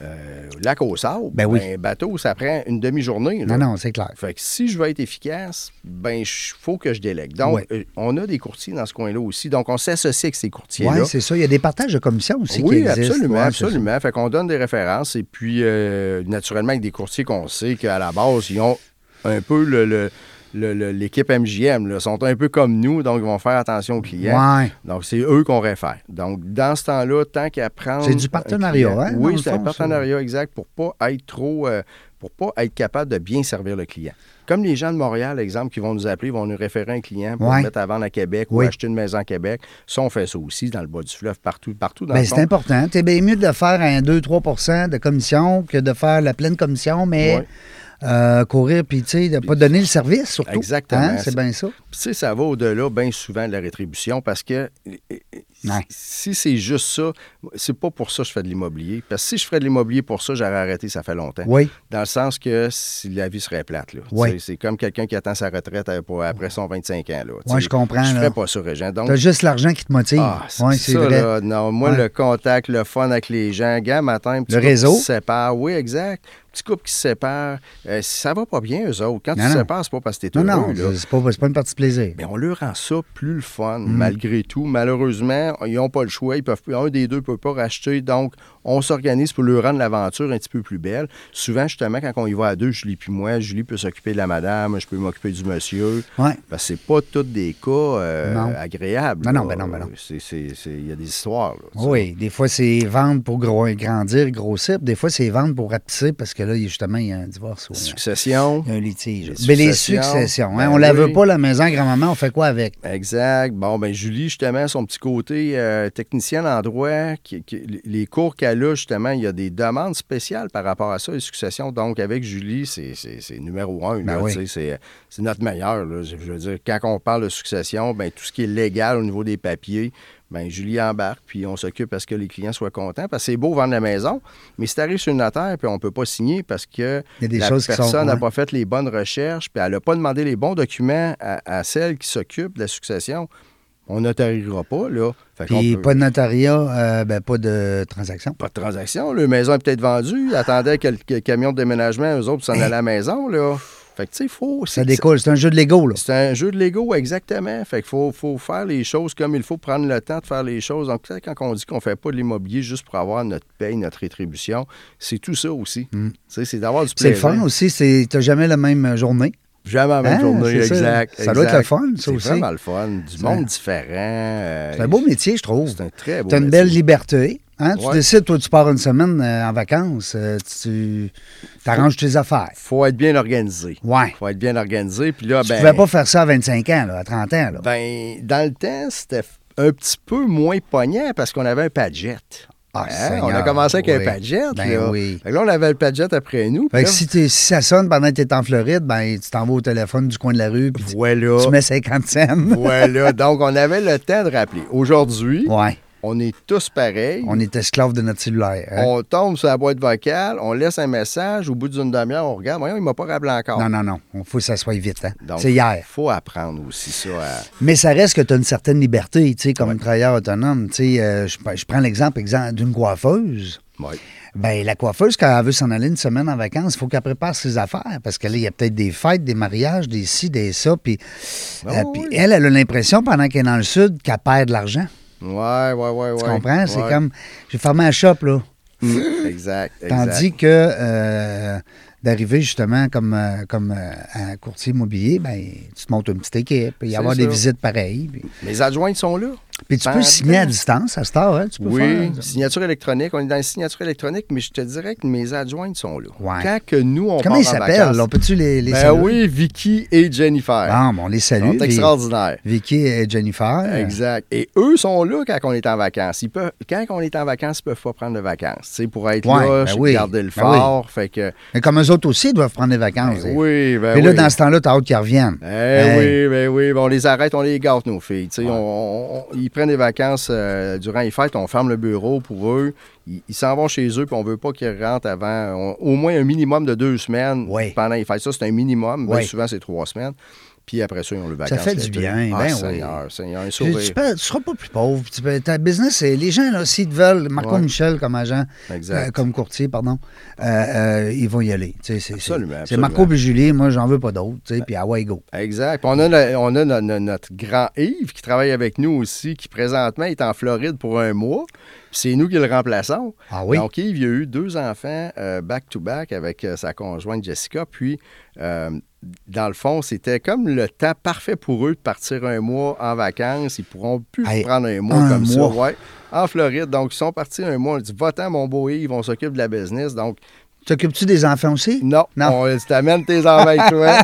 euh, Lac aux Sables. Ben oui. bateau, ça prend une demi-journée. là. Non, non, c'est clair. Fait que si je veux être efficace, ben il faut que je délègue. Donc, Ouais. euh, on a des courtiers dans ce coin-là aussi. Donc, on s'associe avec ces courtiers-là. Oui, c'est ça. Il y a des partages de commissions aussi qui Oui, existent. absolument, Ouais, c'est absolument. Fait qu'on donne des références et puis, euh, naturellement, avec des courtiers qu'on sait qu'à la base, ils ont un peu le- le- le- le- l'équipe MJM, là, sont un peu comme nous, donc ils vont faire attention aux ça. clients. Ouais. Donc, c'est eux qu'on réfère. Donc, dans ce temps-là, tant qu'à prendre. C'est du un partenariat, client- hein, dans Oui, le c'est un fond, partenariat exact pour pas être trop. euh, pour pas être capable de bien servir le client. Comme les gens de Montréal, exemple, qui vont nous appeler, vont nous référer un client pour Ouais. le mettre à vendre à Québec Oui. ou acheter une maison à Québec. Ça, on fait ça aussi dans le bas du fleuve, partout, partout dans Ben, le c'est fond. important. C'est bien mieux de faire un 2-3 de commission que de faire la pleine commission, mais Ouais. euh, courir, puis, tu sais, de ne pas donner le service, surtout. Exactement. Hein, C'est bien ça. Puis, tu sais, ça va au-delà bien souvent de la rétribution parce que euh, euh, si- Ouais. si c'est juste ça, c'est pas pour ça que je fais de l'immobilier. Parce que si je ferais de l'immobilier pour ça, j'aurais arrêté, ça fait longtemps. Oui. Dans le sens que si la vie serait plate. là. Oui. Tu sais, C'est comme quelqu'un qui attend sa retraite à- pour- après son 25 ans. Là. Tu sais, je comprends, Je là. ferais pas ça, Régent. Donc, Tu as juste l'argent qui te motive. ah, c'est oui, c'est ça, vrai. là, non, moi, Ouais. le contact, le fun avec les gens, gars, matin, un petit Le couple réseau. qui se sépare, oui, exact. Petit couple qui se sépare, euh, ça va pas bien, eux autres. Quand Non, tu te non. sépares, c'est pas parce que t'es Non, heureux, non, là. c'est- c'est pas, c'est pas une partie de plaisir. Mais on leur rend ça plus le fun, Hmm. malgré tout. Malheureusement, ils n'ont pas le choix. Ils peuvent, plus- un des deux ne peut pas racheter. Donc, on s'organise pour leur rendre l'aventure un petit peu plus belle. Souvent, justement, quand on y va à deux, Julie puis moi, Julie peut s'occuper de la madame, je peux m'occuper du monsieur. Ouais. Parce que c'est pas tous des cas euh, Non. agréables. Non, non, là. ben non, ben non. Oh. C'est- c'est- c'est- Il y a des histoires. là, tu sais. Oui, des fois, c'est vendre pour gro- grandir, grossir. puis Des fois, c'est vendre pour rapetisser parce que là, il y a- justement, il y a un divorce. ou- Succession. il y a un litige. Les Mais les successions, successions, hein, ben on la oui. veut pas, la maison, grand-maman, on fait quoi avec? Exact. Bon, ben Julie, justement, son petit côté euh, technicienne en droit, qui- qui- les cours qu'elle a, justement, il y a des demandes spéciales par rapport à ça, les successions. Donc, avec Julie, c'est- c'est c'est numéro un. Ben là, oui. tu sais, C'est c'est notre meilleur. là. Je veux dire, quand on parle de succession, ben, tout ce qui est légal au niveau des papiers, ben, Julie embarque, puis on s'occupe à ce que les clients soient contents. Parce que c'est beau vendre la maison, mais si tu arrives sur une notaire, puis on ne peut pas signer parce que Il y a des la choses qui sont- personne n'a ouais. pas fait les bonnes recherches, puis elle n'a pas demandé les bons documents à, à celle qui s'occupe de la succession, on n'autorisera pas, là. Fait qu'on Puis peut- pas de notariat, euh, ben, pas de transaction. pas de transaction, là. La maison est peut-être vendue. Ils attendaient que le que le camion de déménagement, eux autres, s'en allaient à la maison, là. Fait que, tu sais, faut... Ça c'est- découle, c'est un jeu de Lego, là. C'est un jeu de Lego, exactement. Fait qu'il faut, faut faire les choses comme il faut, prendre le temps de faire les choses. Donc, tu sais, quand on dit qu'on ne fait pas de l'immobilier juste pour avoir notre paye, notre rétribution, c'est tout ça aussi. Tu sais, C'est d'avoir du Mm. C'est le plaisir. fun aussi, c'est t'as jamais la même journée. Jamais la même Hein, journée, c'est ça. exact. Ça doit exact. être le fun, ça aussi. C'est vraiment le fun. Du monde différent. euh, C'est un beau métier, je trouve. C'est un très beau T'as une métier. belle liberté. hein. Tu Ouais. décides, toi, tu pars une semaine euh, en vacances, euh, tu arranges tes affaires. faut être bien organisé. Ouais. faut être bien organisé. Puis là, Tu ben, pouvais pas faire ça à 25 ans, là, à 30 ans. Là. ben, dans le temps, c'était un petit peu moins pognant parce qu'on avait un Padjet. Ah, hein, Eh, on a Seigneur, commencé avec oui. un Padjet. Ben là. oui. Fait que là, on avait le Padjet après nous. puis Fait que là, si, t'es- si ça sonne pendant que tu es en Floride, ben, tu t'en vas au téléphone du coin de la rue puis tu, Voilà. tu mets 50 cents. voilà. Donc, on avait le temps de rappeler. Aujourd'hui, Ouais. on est tous pareils. On est esclave de notre cellulaire. hein. On tombe sur la boîte vocale, on laisse un message, au bout d'une demi-heure, on regarde, voyons, il m'a pas rappelé encore. Non, non, non. Il faut que ça soit vite. hein. oh. Donc, C'est hier. faut apprendre aussi ça. à- Mais ça reste que tu as une certaine liberté, tu sais, comme travailleur autonome. Tu sais, euh, je, je prends l'exemple exemple, d'une coiffeuse. Ouais. Ben, la coiffeuse, quand elle veut s'en aller une semaine en vacances, il faut qu'elle prépare ses affaires parce que là, il y a peut-être des fêtes, des mariages, des ci, des ça. Puis, Ah euh, oui. puis elle, elle a l'impression, pendant qu'elle est dans le Sud, qu'elle perd de l'argent. Ouais, ouais, ouais, Tu ouais. comprends? C'est Ouais. comme, j'ai fermé la shop, là. Mm, exact, exact. Tandis que euh, d'arriver justement comme, euh, comme euh, un courtier immobilier, ben, tu te montes une petite équipe, il y C'est avoir des ça. visites pareilles. Puis, Mes adjoints sont là. puis tu peux Pendant- signer à distance à cette heure, hein, tu peux Oui, faire. signature électronique. On est dans les signatures électroniques, mais je te dirais que mes adjointes sont là. Ouais. Quand que nous, on Comment ils part en vacances- s'appellent? là? On peut-tu les, les Ben saluer? oui, Vicky et Jennifer. Bon, ben, on les Ils sont salue. les- extraordinaires. Vicky et Jennifer. Exact. Et eux sont là quand on est en vacances. Ils peuvent, quand on est en vacances, ils peuvent pas prendre de vacances. Tu sais, pour être Ouais, là, ben oui, garder le ben oui. fort. Fait que, Mais comme eux autres aussi, ils doivent prendre des ben vacances. Et oui, ben là, oui. dans ce temps-là, t'as hâte qu'ils reviennent. Eh Hey. oui, ben oui, ben on les arrête, on les gâte, nos filles. Tu sais, on- on- on- ils prennent des vacances euh, durant les fêtes, on ferme le bureau pour eux. Ils ils s'en vont chez eux, puis on veut pas qu'ils rentrent avant on- au moins un minimum de deux semaines Oui. pendant les fêtes. Ça, c'est un minimum. Bien Oui. souvent, c'est trois semaines. Puis après ça, ils ont le vacances. fait du l'été. bien, Ah, ben oui. Seigneur, Seigneur, un Tu ne sourire. seras pas plus pauvre. Tu peux- ta business, c'est- les gens, là, s'ils te veulent, Marco Ouais. Michel comme agent, Exact. euh, comme courtier, pardon, euh, euh, ils vont y aller. Tu sais, c'est- c'est- Absolument, C'est absolument. Ben Marco et Julie, moi, j'en veux pas d'autres. tu sais, Puis Hawaii Go. Exact. Puis on a, le- on a no- no- notre grand Yves qui travaille avec nous aussi, qui présentement est en Floride pour un mois. Puis C'est nous qui le remplaçons. Ah oui? Donc, Yves, il a eu deux enfants euh, back-to-back avec euh, sa conjointe Jessica. Puis, euh, dans le fond, c'était comme le temps parfait pour eux de partir un mois en vacances. Ils pourront plus Hey, prendre un mois un comme mois. ça. Ouais. En Floride. Donc, ils sont partis un mois. On dit Va-t'en, mon beau Yves, on s'occupe de la business. Donc, T'occupes-tu des enfants aussi? non, Non. on tu t'amènes tes enfants avec toi,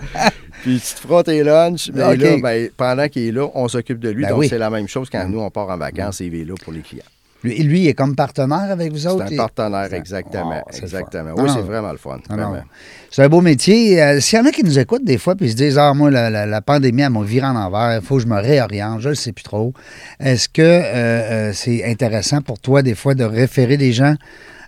puis tu te feras tes lunchs. Mais Ok. là, ben, pendant qu'il est là, on s'occupe de lui. Ben donc, oui. Mm. c'est la même chose quand nous, on part en vacances et il est là pour les clients. Lui, lui, il est comme partenaire avec vous autres. C'est et- un partenaire, exactement. Ah, c'est le fun. exactement. Ah, Oui, non. c'est vraiment le fun. Ah non. vraiment. C'est un beau métier. Euh, S'il y en a qui nous écoutent des fois puis se disent Ah, moi, la, la- la pandémie, elle m'a viré en envers, il faut que je me réoriente, je ne sais plus trop. Est-ce que euh, euh, c'est intéressant pour toi, des fois, de référer des gens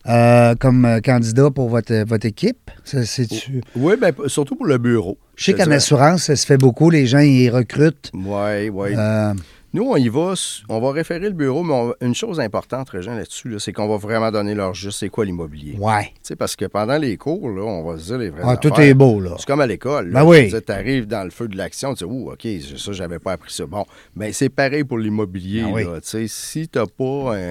euh, comme euh, candidats pour votre, votre équipe Ça, c'est-tu- Oui, ben, p- surtout pour le bureau. Je sais qu'en assurance, ça se fait beaucoup. Les gens, ils recrutent. Oui, oui. Euh, Nous, on y va, s- on va référer le bureau, mais on- une chose importante, Régent, là-dessus, là, c'est qu'on va vraiment donner leur juste, c'est quoi l'immobilier. ouais. Tu sais, parce que pendant les cours, là, on va se dire les vrais Ah, tout affaires. est beau, là. C'est comme à l'école. Ben oui. Tu arrives dans le feu de l'action, tu dis, ouh, OK, ça, j'avais pas appris ça. Bon, ben, c'est pareil pour l'immobilier. Ben oui. là. Tu sais, Si tu n'as pas un-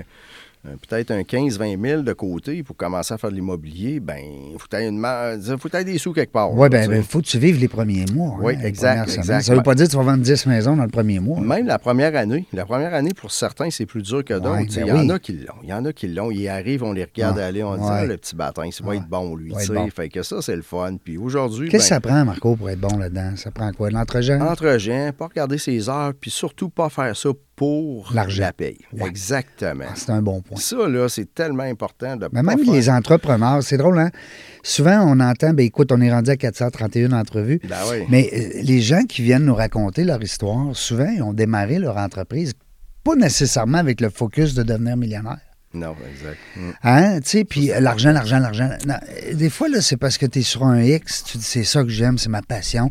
un- peut-être un 15-20 000 de côté pour commencer à faire de l'immobilier, ben, il faut que t'aies une ma- faut que t'aies des sous quelque part. Oui, là, tu bien, sais. il ben, faut que tu vives les premiers mois. hein, Oui, les exact, premières semaines. exact. Ça ne veut pas dire que tu vas vendre 10 maisons dans le premier mois. hein. Même la première année. La première année, pour certains, c'est plus dur que d'autres. Ouais, Tu sais, ben il y en oui. a qui l'ont. Il y en a qui l'ont. Ils arrivent, on les regarde Ouais, aller, on dit ouais. Ah, le petit bâton, il va être bon, lui. va tu être sais. bon. Fait que ça, c'est le fun. Puis aujourd'hui, Qu'est-ce que ben, ça prend, Marco, pour être bon là-dedans? Ça prend quoi? L'entre-gens? entre gens, pas regarder ses heures, puis surtout pas faire ça pour L'argent. la paye. Ouais. Exactement. Ah, c'est un bon point. Ça, là, c'est tellement important de Mais pas même faire- les entrepreneurs, c'est drôle, hein? Souvent, on entend, ben écoute, on est rendu à 431 entrevues. Ben oui. Mais euh, les gens qui viennent nous raconter leur histoire, souvent, ils ont démarré leur entreprise pas nécessairement avec le focus de devenir millionnaire. Non, exact. Mm. Hein? Tu sais, puis euh, l'argent, l'argent, l'argent. Non, euh, Des fois, là, c'est parce que tu es sur un X, tu dis c'est ça que j'aime, c'est ma passion.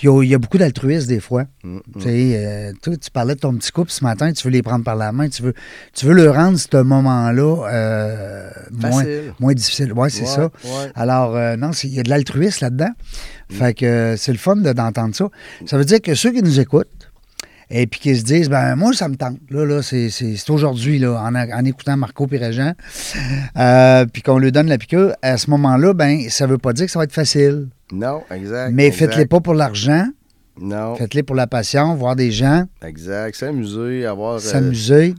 Il y a, il y a beaucoup d'altruisme des fois. mm. Tu sais, euh, toi, tu parlais de ton petit couple ce matin, tu veux les prendre par la main, tu veux, tu veux leur rendre ce moment-là euh, moins, Facile. moins difficile. Oui, c'est Ouais, ça. ouais. Alors, euh, non, c'est- il y a de l'altruisme là-dedans. Mm. Fait que euh, c'est le fun de- d'entendre ça. Ça veut dire que ceux qui nous écoutent, et puis qu'ils se disent, ben moi, ça me tente. Là, là, c'est, c'est- c'est aujourd'hui, là, en, en écoutant Marco Piréjean, euh, puis qu'on lui donne la piqûre, à ce moment-là, ben ça veut pas dire que ça va être facile. Non, exact. Mais exact. faites-les pas pour l'argent, Non, faites-les pour la passion, voir des gens, exact. S'amuser, avoir euh, s'amuser,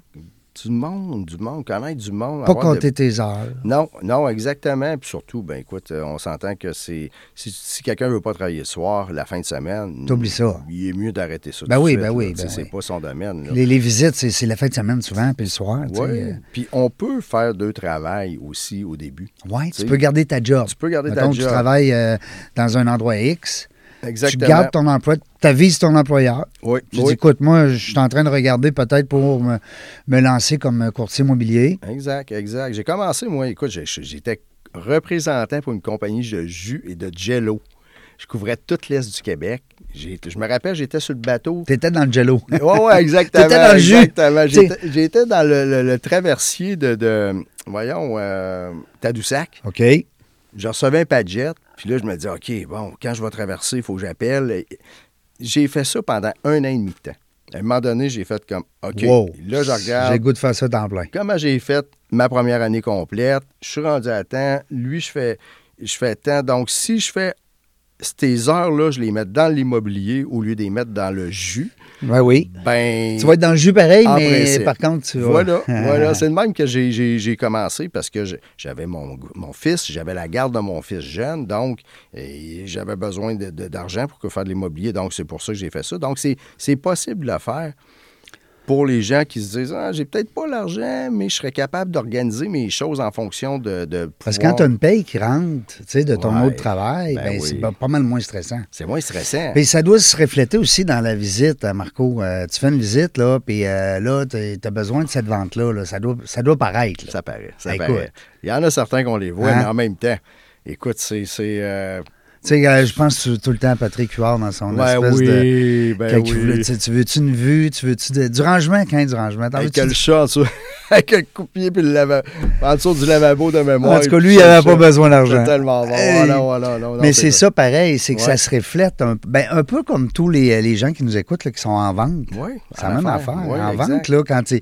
du monde, du monde, connaître du monde. pas avoir de- compter tes heures. Non, non, exactement. Puis surtout, ben écoute, euh, on s'entend que c'est si, si quelqu'un veut pas travailler le soir, la fin de semaine, T'oublies ça. Il est mieux d'arrêter ça. Ben tout de oui, suite, ben là. oui, Tu sais, ben c'est oui. pas son domaine. là. Les, les visites, c'est, c'est la fin de semaine souvent, puis le soir. tu sais, Ouais. euh, Puis on peut faire deux travails aussi au début. Ouais, sais. tu peux garder ta job. Tu peux garder ta Mettons que job. tu travailles euh, dans un endroit X. Exactement. Tu gardes ton emploi, tu avises ton employeur. Oui, Tu dis, oui. écoute, moi, je suis en train de regarder peut-être pour me, me lancer comme courtier immobilier. Exact, exact. J'ai commencé, moi, écoute, j'ai- j'étais représentant pour une compagnie de jus et de jello. Je couvrais toute l'Est du Québec. J'ai- Je me rappelle, j'étais sur le bateau. Tu étais dans le jello. Oui, oui, exactement. T'étais dans le jus. exactement. J'étais- T'sais. J'étais dans le, le- le traversier de, de- voyons, euh, Tadoussac. OK. Puis Je recevais un padjet, puis là, je me dis, OK, bon, quand je vais traverser, il faut que j'appelle. J'ai fait ça pendant un an et demi de temps. À un moment donné, j'ai fait comme, OK, Wow. là, je J'ai le regarde goût de faire ça temps plein. comment j'ai fait ma première année complète. Je suis rendu à temps. Lui, je fais, je fais temps. Donc, si je fais ces heures-là, je les mets dans l'immobilier au lieu de les mettre dans le jus, Ben oui. ben... Tu vas être dans le jus pareil, En Eh, mais principe. par contre, tu vas. Voilà, voilà. C'est le même que j'ai- j'ai j'ai commencé parce que je- j'avais mon, mon fils, j'avais la garde de mon fils jeune, donc et j'avais besoin de- de- d'argent pour que faire de l'immobilier, donc c'est pour ça que j'ai fait ça. Donc c'est c'est possible de le faire pour les gens qui se disent Ah, j'ai peut-être pas l'argent, mais je serais capable d'organiser mes choses en fonction de. de Parce que pouvoir- quand tu as une paye qui rentre, tu sais, de ton Ouais. autre travail, Ben ben, oui. c'est pas pas mal moins stressant. C'est moins stressant. Puis ça doit se refléter aussi dans la visite, hein, Marco. Euh, tu fais une visite, là, puis euh, là, tu as besoin de cette vente-là. là. Ça, doit, ça doit paraître. là. Ça paraît. Ça Écoute. paraît. Il y en a certains qu'on les voit, Hein? mais en même temps, écoute, c'est. c'est, euh, Tu sais, euh, je pense tout, tout le temps à Patrick Huard dans son Ben espèce oui, de... ben quand il oui. voulait- tu sais, tu veux-tu une vue? Tu veux-tu de- du rangement? Quand du rangement? T'en Avec veux-tu le du- chat en dessous- avec le coupier puis le lava- en dessous du lavabo de mémoire. En tout cas, lui, il n'avait pas besoin d'argent. C'est tellement bon. Hey. Ah non, ah non, ah non, non, Mais c'est ça pareil, c'est que Ouais. ça se reflète un, ben, un peu comme tous les, euh, les gens qui nous écoutent là, qui sont en vente. Oui, C'est la en même affaires. affaire. Oui, en exact. vente, là, quand tu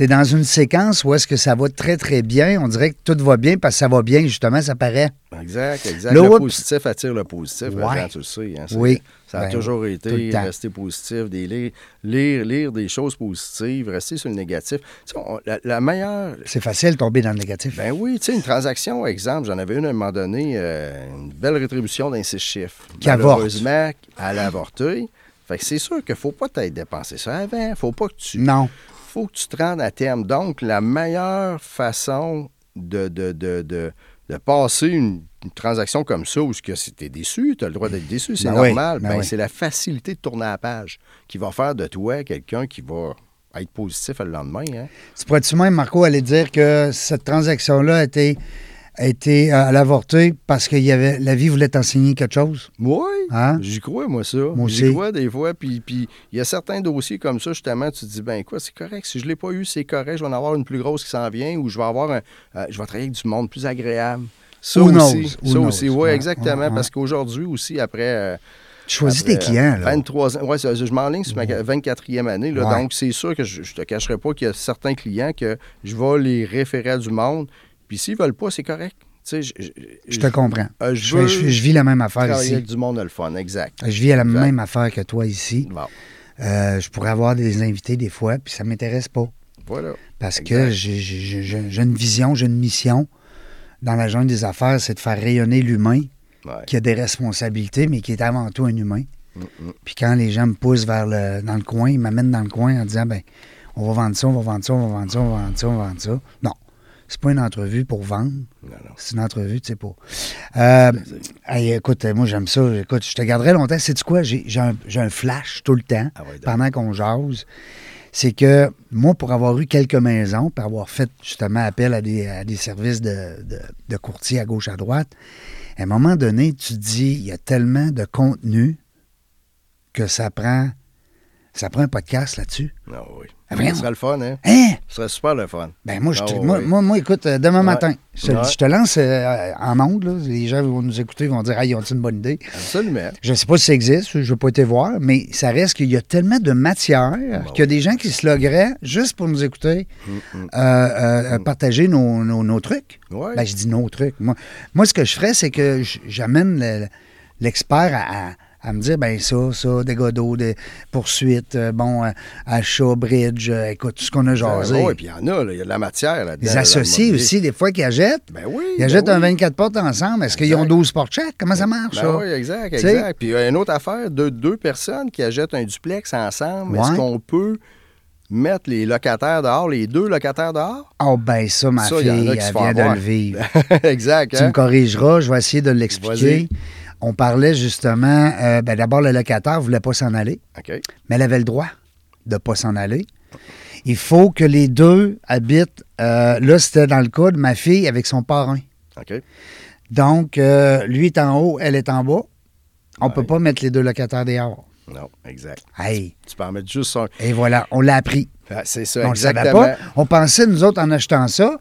es dans une séquence où est-ce que ça va très, très bien, on dirait que tout va bien parce que ça va bien, justement, ça paraît. Exact, exact. Le Le, whoop- positif attire le positif. Ouais. Jean, tu le sais. hein, c'est- Oui. Ça a Ben, toujours tout le été temps. rester positif, des lire, lire, lire des choses positives, rester sur le négatif. Tu sais, on- la, la meilleure. C'est facile de tomber dans le négatif. Ben oui, tu sais, une transaction, exemple, j'en avais une à un moment donné, euh, une belle rétribution d'un six chiffres. Qui avorte. Malheureusement, elle a avorté. Fait que c'est sûr qu'il ne faut pas t'être dépensé ça avant. faut pas que tu non. faut que tu te rendes à terme. Donc, la meilleure façon de, de, de, de, de passer une, une transaction comme ça, où tu es déçu, tu as le droit d'être déçu, c'est Ben oui, normal, ben ben, oui. c'est la facilité de tourner la page qui va faire de toi quelqu'un qui va être positif le lendemain. hein. Tu pourrais-tu même, Marco, aller dire que cette transaction-là a été, a été euh, à l'avorter parce que il y avait, la vie voulait t'enseigner quelque chose? Oui, Hein? j'y crois, moi, ça. aussi. J'y crois des fois. Puis puis il y a certains dossiers comme ça, justement, tu te dis, ben quoi, c'est correct. Si je ne l'ai pas eu, c'est correct. Je vais en avoir une plus grosse qui s'en vient ou je vais avoir un, euh, je vais travailler avec du monde plus agréable. Ça Who aussi. knows? Who Ça knows? aussi, oui, Ouais, exactement. ouais, ouais. Parce qu'aujourd'hui aussi, après. euh, Tu choisis après, tes clients, euh, là. 23 ans. Ouais, c'est- je m'enligne sur ma 24e année. là. Ouais. Donc, c'est sûr que je ne te cacherai pas qu'il y a certains clients que je vais les référer à du monde. Puis s'ils ne veulent pas, c'est correct. Tu sais, je, Je te comprends. je, Euh, je fais- veux je- je vis la même affaire Travailler ici. avec du monde a le fun, exact. Je vis la Exact. même affaire que toi ici. Bon, Euh, je pourrais avoir des invités des fois, puis ça m'intéresse pas. voilà. Parce que Exact. j'ai- j'ai j'ai- j'ai- j'ai une vision, j'ai une mission dans la jungle des affaires, c'est de faire rayonner l'humain Ouais. qui a des responsabilités, mais qui est avant tout un humain. Mm, mm. Puis quand les gens me poussent vers le, dans le coin, ils m'amènent dans le coin en disant ben, on va vendre ça, on va vendre ça, on va vendre ça, on va vendre ça, on va vendre ça. Non. C'est pas une entrevue pour vendre. Non, non. C'est une entrevue, tu sais pas. Euh, hey, écoute, moi j'aime ça. Écoute, je te garderai longtemps. Sais-tu quoi? J'ai j'ai un, j'ai un flash tout le temps Ah ouais, donc. pendant qu'on jase. C'est que moi, pour avoir eu quelques maisons, pour avoir fait justement appel à des, à des services de, de, de courtier à gauche, à droite, à un moment donné, tu te dis, il y a tellement de contenu que ça prend, ça prend un podcast là-dessus. Non, oui. Ah, vraiment? Ce serait le fun, hein? Hein? Ce serait super le fun. Ben moi, je Ah te, ouais, moi, ouais. moi, moi, écoute, euh, demain matin, je te, le dis, Ouais. je te lance euh, en onde. là. Les gens vont nous écouter, ils vont dire, ah, ils ont une bonne idée. Absolument. Je sais pas si ça existe, je veux pas été voir, mais ça reste qu'il y a tellement de matière Ah, bah qu'il y a des gens qui se logueraient juste pour nous écouter, Hum, euh, euh, euh, partager nos, nos- nos trucs. Ouais. Ben, je dis nos trucs. Moi, moi ce que je ferais, c'est que j- j'amène le- l'expert à, à- à me dire, ben ça, ça, des godots, des poursuites, euh, bon, euh, achat, bridge, euh, écoute, tout ce Ben, qu'on a jasé. Ah, Oui, puis il y en a, là, il y a de la matière là-dedans. Les là, associés dans le aussi, des fois, qui achètent. Ben oui, Ils ben achètent un oui. 24 portes ensemble. Est-ce qu'ils Exact. ont 12 portes chaque? Comment ça marche, Ben ça? oui, exact, Tu sais? exact. Puis euh, une autre affaire, deux, deux personnes qui achètent un duplex ensemble, Ouais. est-ce qu'on peut mettre les locataires dehors, les deux locataires dehors? Ah, ben ça, ma Ça, fille, il y en a qui elle se font vient de avoir. le vivre. exact, Tu me hein? corrigeras, je vais essayer de l'expliquer. Vas-y. On parlait justement, euh, ben d'abord, le locataire ne voulait pas s'en aller, OK. mais elle avait le droit de ne pas s'en aller. Il faut que les deux habitent. euh, là, c'était dans le cas de ma fille avec son parrain. OK. Donc, euh, lui est en haut, elle est en bas. On ne peut Ouais. pas mettre les deux locataires dehors. Non, exact. Hey, Tu peux en mettre juste un. et voilà, on l'a appris. Ah, C'est ça, On le savait exactement. pas. On pensait, nous autres, en achetant ça,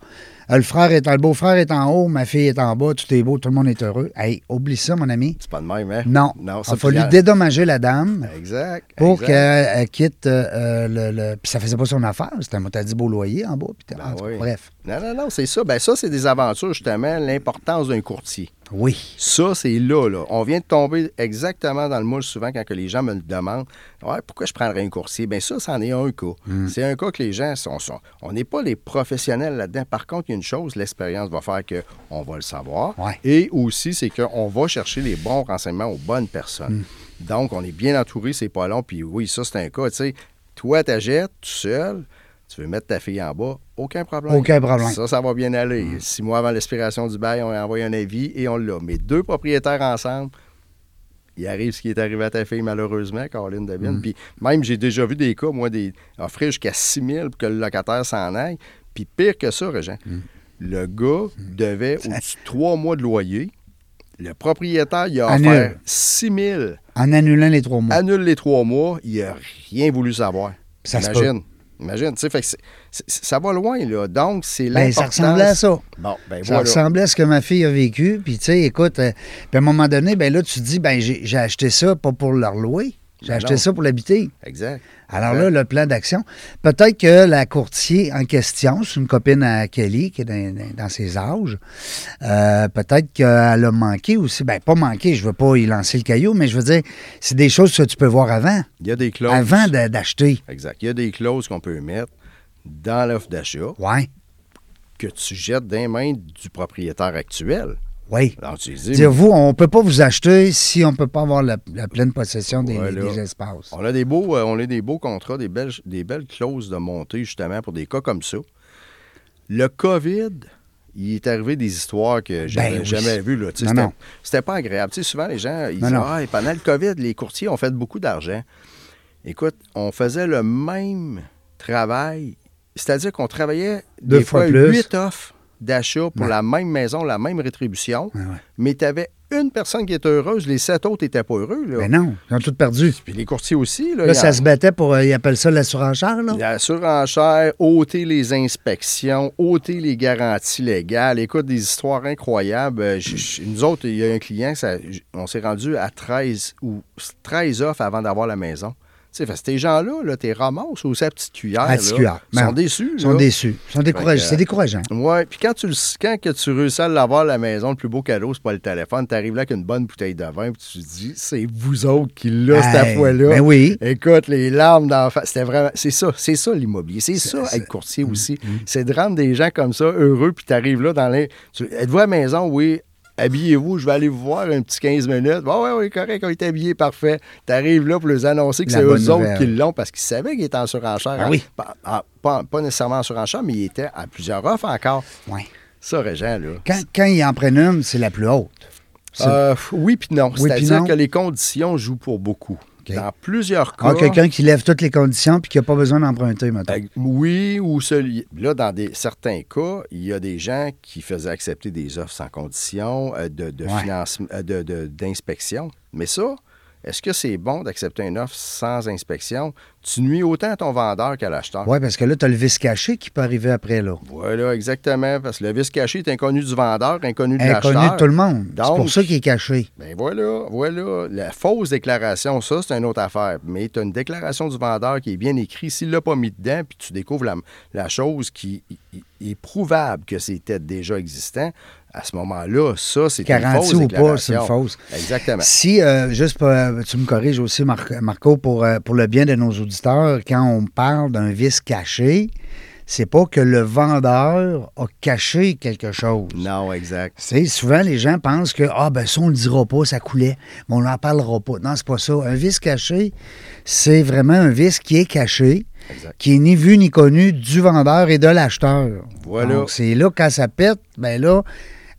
euh, le frère est en- le beau-frère est en haut, ma fille est en bas, tout est beau, tout le monde est heureux. Hey, oublie ça, mon ami. C'est pas de même, hein? Non. Non, ça Il a fallu puis- dédommager la dame Exact. pour exact. qu'elle elle quitte euh, euh, le, le- Puis ça faisait pas son affaire. C'était un t'as dit beau loyer en bas. puis t'as- Ben en tout cas, oui. Bref. Non, non, non, c'est ça. Ben ça, c'est des aventures, justement, l'importance d'un courtier. Oui. Ça, c'est là, là. On vient de tomber exactement dans le moule souvent quand que les gens me le demandent. Ouais, pourquoi je prendrais un coursier? Bien, ça, c'en est un cas. Hmm. C'est un cas que les gens sont. sont- on n'est pas les professionnels là-dedans. Par contre, il y a une chose, l'expérience va faire qu'on va le savoir. Ouais. Et aussi, c'est qu'on va chercher les bons renseignements aux bonnes personnes. Hmm. Donc, on est bien entouré, c'est pas long. Puis oui, ça, c'est un cas. Tu sais, toi, t'achètes tout seul. Tu veux mettre ta fille en bas, aucun problème. Aucun problème. Mm. Ça, ça va bien aller. Six mois avant l'expiration du bail, on envoie un avis et on l'a. Mais deux propriétaires ensemble, il arrive ce qui est arrivé à ta fille, malheureusement, Caroline Devine. Mm. Puis même, j'ai déjà vu des cas, moi, des offrir jusqu'à 6 000 pour que le locataire s'en aille. Puis pire que ça, Régent, Mm. le gars devait au-dessus de trois mois de loyer. Le propriétaire, il a Annule. offert 6 000. En annulant les trois mois. Annule les trois mois, il n'a rien voulu savoir. Ça se Imagine. Imagine. Tu sais, fait que c'est- c'est- ça va loin, là. Donc, c'est Ben, l'importance. ça ressemblait à ça. Bon, ben Ça voilà. ressemblait à ce que ma fille a vécu. Puis, tu sais, écoute, euh, puis à un moment donné, ben là, tu te dis, ben j'ai j'ai acheté ça pas pour le louer. J'ai Ben acheté non. ça pour l'habiter. Exact. Alors Exact. là, le plan d'action. Peut-être que la courtier en question, c'est une copine à Kelly qui est dans, dans- dans ses âges. euh, Peut-être qu'elle a manqué aussi. Ben, pas manqué, je veux pas y lancer le caillou, mais je veux dire, c'est des choses que tu peux voir avant. Il y a des clauses. Avant de- d'acheter. Exact. Il y a des clauses qu'on peut mettre dans l'offre d'achat Ouais. que tu jettes dans les mains du propriétaire actuel. Oui. Alors, tu dis, Dire, vous, on ne peut pas vous acheter si on ne peut pas avoir la, la pleine possession des, Ouais, là. des espaces. On a des beaux, euh, on a des beaux contrats, des belles, des belles clauses de montée, justement, pour des cas comme ça. Le COVID, il est arrivé des histoires que j'avais Ben oui. jamais vues. là. Tu sais, Non, C'était non. c'était pas agréable. Tu sais, souvent, les gens, ils Non, disent non. Ah, et pendant le COVID, les courtiers ont fait beaucoup d'argent. Écoute, on faisait le même travail, c'est-à-dire qu'on travaillait Deux des fois fois plus. huit offres d'achat pour la même maison, la même rétribution, Ouais, ouais. mais tu avais une personne qui était heureuse, les sept autres n'étaient pas heureux. là. Mais Ben non, ils ont tout perdu. Puis les courtiers aussi. Là, Là, ils ça en- se battait pour, euh, ils appellent ça la surenchère, là. la surenchère, ôter les inspections, ôter les garanties légales. Écoute, des histoires incroyables. Euh, j- j- nous autres, il y a un client, ça- j- on s'est rendu à 13 ou 13 offres avant d'avoir la maison. Tu sais, fait que ces gens-là, là, t'es ramasses ou sa petite cuillère. À là, petite cuillère. Ils sont Ben, déçus. Ils sont là. déçus. Ils sont découragés. Fait que, euh, C'est décourageant. Ouais, puis quand tu le quand que tu réussis à l'avoir la maison, le plus beau cadeau, c'est pas le téléphone, t'arrives là avec une bonne bouteille de vin, puis tu te dis c'est vous autres qui l'a Hey, cette fois-là. ben oui. Écoute, les larmes d'en face, c'était vraiment c'est ça, c'est ça l'immobilier, c'est ça être courtier Mm-hmm. aussi. C'est de rendre des gens comme ça heureux puis t'arrives là dans les tu- êtes-vous à la maison oui Habillez-vous, je vais aller vous voir un petit 15 minutes. Oui, oui, oui, correct, on est habillé, parfait. T'arrives là pour les annoncer que La c'est bonne eux autres nouvelle. qui l'ont parce qu'ils savaient qu'ils étaient en surenchère. Ah oui. Pas, ah, pas- pas nécessairement en surenchère, mais il était à plusieurs offres encore. Ouais. Ça, Régent, là. Quand, quand ils en prennent une, c'est la plus haute. C'est- Euh, oui, puis non. Oui, puis C'est-à-dire non. que les conditions jouent pour beaucoup. Dans plusieurs cas. Ah, quelqu'un qui lève toutes les conditions puis qui n'a pas besoin d'emprunter, maintenant. Euh, oui, ou celui. Là, dans des, certains cas, il y a des gens qui faisaient accepter des offres sans condition, euh, de, de Ouais. financement, euh, de- de- d'inspection. Mais ça, est-ce que c'est bon d'accepter une offre sans inspection? Tu nuis autant à ton vendeur qu'à l'acheteur. Oui, parce que là, tu as le vice caché qui peut arriver après, là. Voilà, exactement. Parce que le vice caché est inconnu du vendeur, inconnu de l'acheteur. Inconnu de tout le monde. C'est Donc- pour ça qu'il est caché. Ben voilà, voilà. La fausse déclaration, ça, c'est une autre affaire. Mais tu as une déclaration du vendeur qui est bien écrite. S'il ne l'a pas mis dedans, puis tu découvres la, la chose qui i- i- est prouvable que c'était déjà existant, à ce moment-là, ça, c'est une Garantie fausse ou pas, déclaration. c'est une fausse. Exactement. Si, euh, juste, pour, euh, tu me corriges aussi, Mar- Marco, pour, euh, pour le bien de nos auditeurs, quand on parle d'un vice caché, c'est pas que le vendeur a caché quelque chose. Non, exact. Tu sais, souvent, les gens pensent que ah ben ça, on le dira pas, ça coulait, mais on n'en parlera pas. Non, c'est pas ça. Un vice caché, c'est vraiment un vice qui est caché, Exact. qui est ni vu ni connu du vendeur et de l'acheteur. Voilà. Donc, c'est là, quand ça pète, ben là,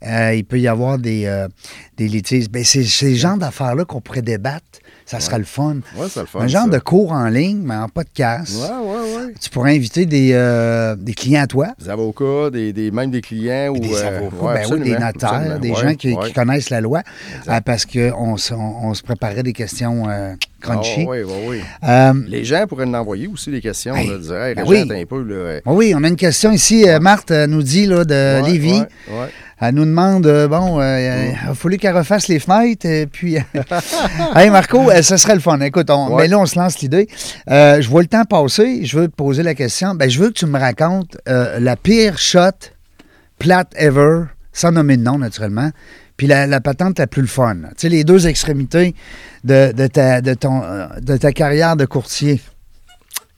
euh, il peut y avoir des, euh, des litiges. Ben, c'est c'est le genre d'affaires-là qu'on pourrait débattre. Ça serait le fun. Ouais, c'est le fun, Un genre ça. de cours en ligne, mais en podcast. Ouais, ouais, ouais. Tu pourrais inviter des, euh, des clients à toi. Des avocats, des, des- même des clients ou Puis des euh, avocats, ben ouais, oui, absolument, des notaires, absolument. des Ouais, gens qui, qui ouais. connaissent la loi, euh, parce qu'on se, on, on se préparait des questions euh, crunchy. Ah, ouais, ouais, ouais. Euh, Les gens pourraient nous envoyer aussi des questions. Hey, là, dire, Hey, ben Régent, oui. t'as un peu. Là, bon, oui, on a une question ici. euh, Marthe euh, nous dit là, de Ouais, Lévis. ouais, ouais. Elle nous demande, euh, bon, euh, euh, il Mm. a fallu qu'elle refasse les fenêtres. Et puis, euh, hey Marco, euh, ça serait le fun. Écoute, on, Ouais. mais là, on se lance l'idée. Euh, je vois le temps passer. Je veux te poser la question. Ben, je veux que tu me racontes euh, la pire shot plate ever, sans nommer de nom, naturellement. Puis la, la patente la plus le fun. Tu sais, les deux extrémités de, de ta, de, ton, euh, de ta carrière de courtier.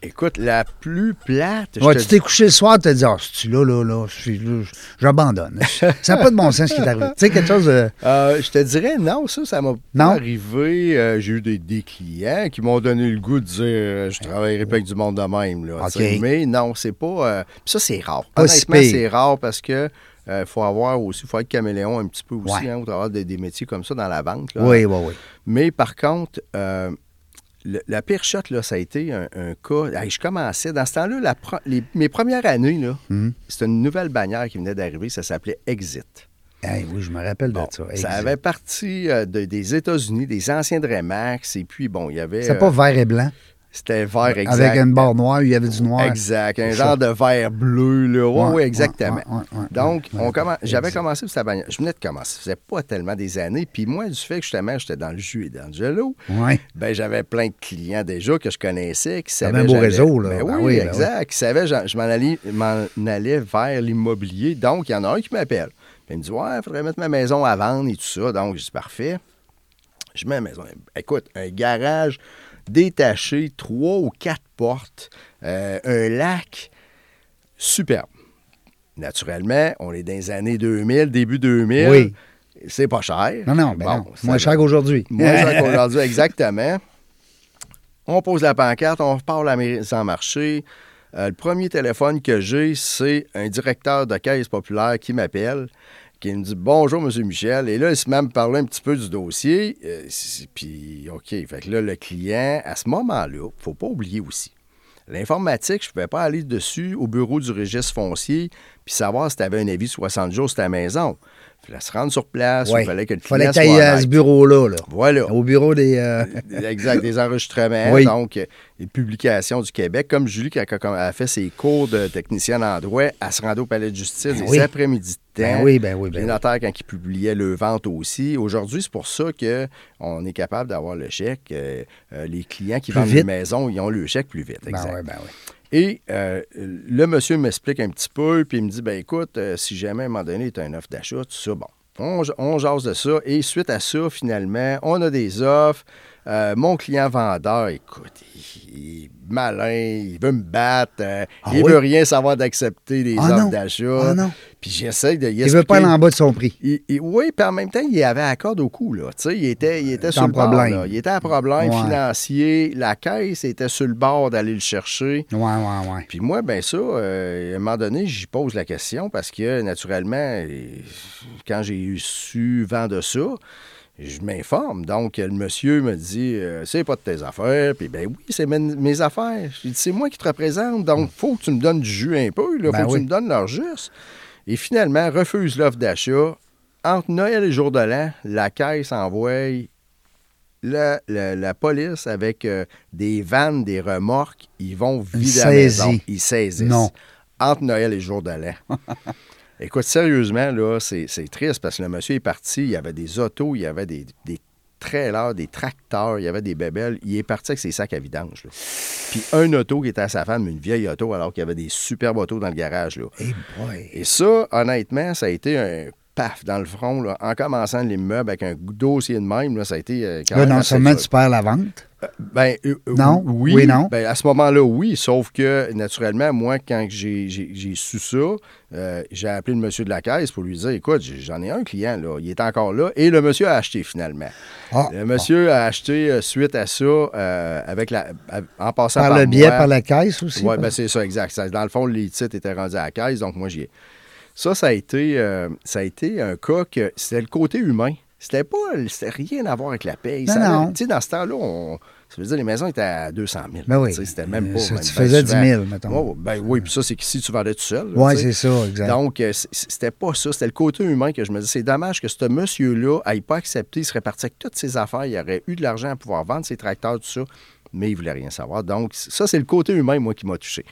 Écoute, la plus plate. je Ouais, te tu t'es couché le soir, tu te dit, ah, c'est-tu là, là, là, je suis là, j'abandonne. ça n'a pas de bon sens ce qui est arrivé. Tu sais, quelque chose de. Euh, je te dirais non, ça, ça m'a Non? pas arrivé. Euh, j'ai eu des, des clients qui m'ont donné le goût de dire euh, je travaillerai pas avec du monde de même. Là, OK. tu sais. Mais non, c'est pas. euh, puis ça, c'est rare. Pas si Honnêtement, pire. c'est rare parce que euh, faut avoir aussi, faut être caméléon un petit peu aussi, Ouais. hein, au travers des, des métiers comme ça dans la vente. là. Oui, oui, oui. Mais par contre, euh, le- la pire shot, là, ça a été un, un cas. Hey, je commençais, dans ce temps-là, la pro- les- mes premières années, là, Mhm. c'était une nouvelle bannière qui venait d'arriver, ça s'appelait Exit. Hey, oui, je me rappelle de Bon, ça. ça Exact. avait parti euh, de- des États-Unis, des anciens Dremax, et puis bon, il y avait. C'était pas euh, vert et blanc. C'était vert exact. Avec une barre noire, il y avait du noir. Exact, un C'est genre de vert bleu, là. Oui, Ouais, ouais, exactement. ouais, ouais, ouais, Donc, ouais, on ouais, commen- j'avais exact. commencé pour sa bannière. Je venais de commencer, ça faisait pas tellement des années. Puis moi, du fait que justement, j'étais dans le jus et dans le gelo, Ouais. ben, j'avais plein de clients déjà que je connaissais, qui T'avais savaient. un beau j'allais- réseau, là. Ben oui, Ben oui, ben exact. Qui savaient, j'en- je m'en allais, m'en allais vers l'immobilier. Donc, il y en a un qui m'appelle. Puis Il me dit Ouais, il faudrait mettre ma maison à vendre et tout ça. Donc, je dis Parfait. Je mets ma maison. Écoute, un garage détaché, trois ou quatre portes, euh, un lac. Superbe. Naturellement, on est dans les années 2000, début 2000. Oui. C'est pas cher. Non, non, ben Bon, non. ça Moins va. cher qu'aujourd'hui. Hein? Moins cher qu'aujourd'hui, exactement. On pose la pancarte, on repart la mise en marché. Euh, le premier téléphone que j'ai, c'est un directeur de caisse populaire qui m'appelle, qui me dit Bonjour, Monsieur Michel. Et là, il se met à me parler un petit peu du dossier. Euh, c'est- Puis, OK, fait que là, le client, à ce moment-là, faut pas oublier aussi. L'informatique, je ne pouvais pas aller dessus au bureau du registre foncier puis savoir si tu avais un avis 60 jours sur ta maison. Il fallait se rendre sur place, Ouais. il fallait que le client Fallait que soit t'ailles euh, en à ce acte. bureau-là, là. Voilà. Au bureau des. euh, Exact, des enregistrements, Oui. donc euh, les publications du Québec. Comme Julie, qui a, qui a fait ses cours de technicienne en droit, elle se rendait au palais de justice Ben les oui. après-midi de temps. Ben oui, ben oui, ben les oui. notaires, quand ils publiaient le vente aussi. Aujourd'hui, c'est pour ça qu'on est capable d'avoir le chèque. Euh, euh, les clients qui Plus vendent vite. les maisons, ils ont le chèque plus vite. Ben Exact. oui, ben oui. Et euh, le monsieur m'explique un petit peu, puis il me dit ben écoute, euh, si jamais à un moment donné, tu as une offre d'achat, tout ça, bon. On, j- on jase de ça. Et suite à ça, finalement, on a des offres. Euh, mon client vendeur, écoute, il, il est malin, il veut me battre, euh, Ah il oui? veut rien savoir d'accepter des Ah non. offres d'achat. Ah non. Puis j'essaie de. Il veut pas aller en bas de son prix. Il- il- oui, puis en même temps, il avait la corde au cou. Là. Tu sais, Il était, il était était sur en le bord. problème. là. Il était à problème Ouais. financier. La caisse était sur le bord d'aller le chercher. Ouais, ouais, ouais. Puis moi, ben ça, euh, à un moment donné, j'y pose la question parce que, naturellement, euh, quand j'ai eu su vent de ça, je m'informe. Donc, le monsieur me dit euh, C'est pas de tes affaires. Puis, ben oui, c'est mes, mes affaires. Je lui dis, C'est moi qui te représente. Donc, faut que tu me donnes du jus un peu. Là. Ben faut que oui. tu me donnes leur juste. Et finalement, refuse l'offre d'achat. Entre Noël et jour de l'an, la caisse envoie la, la- la police avec euh, des vannes, des remorques, ils vont vider la saisis. maison. Ils saisissent. Non. Entre Noël et jour de l'an. Écoute, sérieusement, là, c'est c'est triste parce que le monsieur est parti, il y avait des autos, il y avait des, des trailers, des tracteurs, il y avait des bébelles. Il est parti avec ses sacs à vidange. là. Puis un auto qui était à sa femme, une vieille auto, alors qu'il y avait des superbes autos dans le garage. Là. Eh boy. Et ça, honnêtement, ça a été un paf dans le front. là. En commençant l'immeuble avec un dossier de même, là, ça a été euh, quand Là, même non assez seulement dur. tu perds la vente. Ben, euh, euh, Non? Oui, Oui, non? Ben, à ce moment-là, oui. Sauf que, naturellement, moi, quand j'ai- j'ai j'ai su ça, euh, j'ai appelé le monsieur de la caisse pour lui dire Écoute, j'ai- j'en ai un client, là. Il est encore là. Et le monsieur a acheté, finalement. Ah, Le monsieur a acheté euh, suite à ça, euh, avec la, à- en passant par, par le biais, moi. par la caisse aussi. Oui, par- ben c'est ça, exact. Ça, dans le fond, les titres étaient rendus à la caisse, donc moi, j'y ai. Ça, ça a été, euh, ça a été un cas que c'était le côté humain. C'était pas, c'était rien à voir avec la paye. Non, Ça avait- non. Tu sais, dans ce temps-là, on- ça veut dire les maisons étaient à 200 000. Ben oui. Tu sais, C'était même Euh, pas. ça, même tu bien faisais souvent. 10 000, mettons. Ouais, ouais, ben oui, puis ça, c'est que si tu vendais tout seul. là, Ouais, tu sais. c'est ça, exact. Donc, euh, c- c'était pas ça. C'était le côté humain que je me disais. C'est dommage que ce monsieur-là n'aille pas accepté. Il serait parti avec toutes ses affaires. Il aurait eu de l'argent à pouvoir vendre ses tracteurs, tout ça. Mais il voulait rien savoir. Donc, c- ça, c'est le côté humain, moi, qui m'a touché.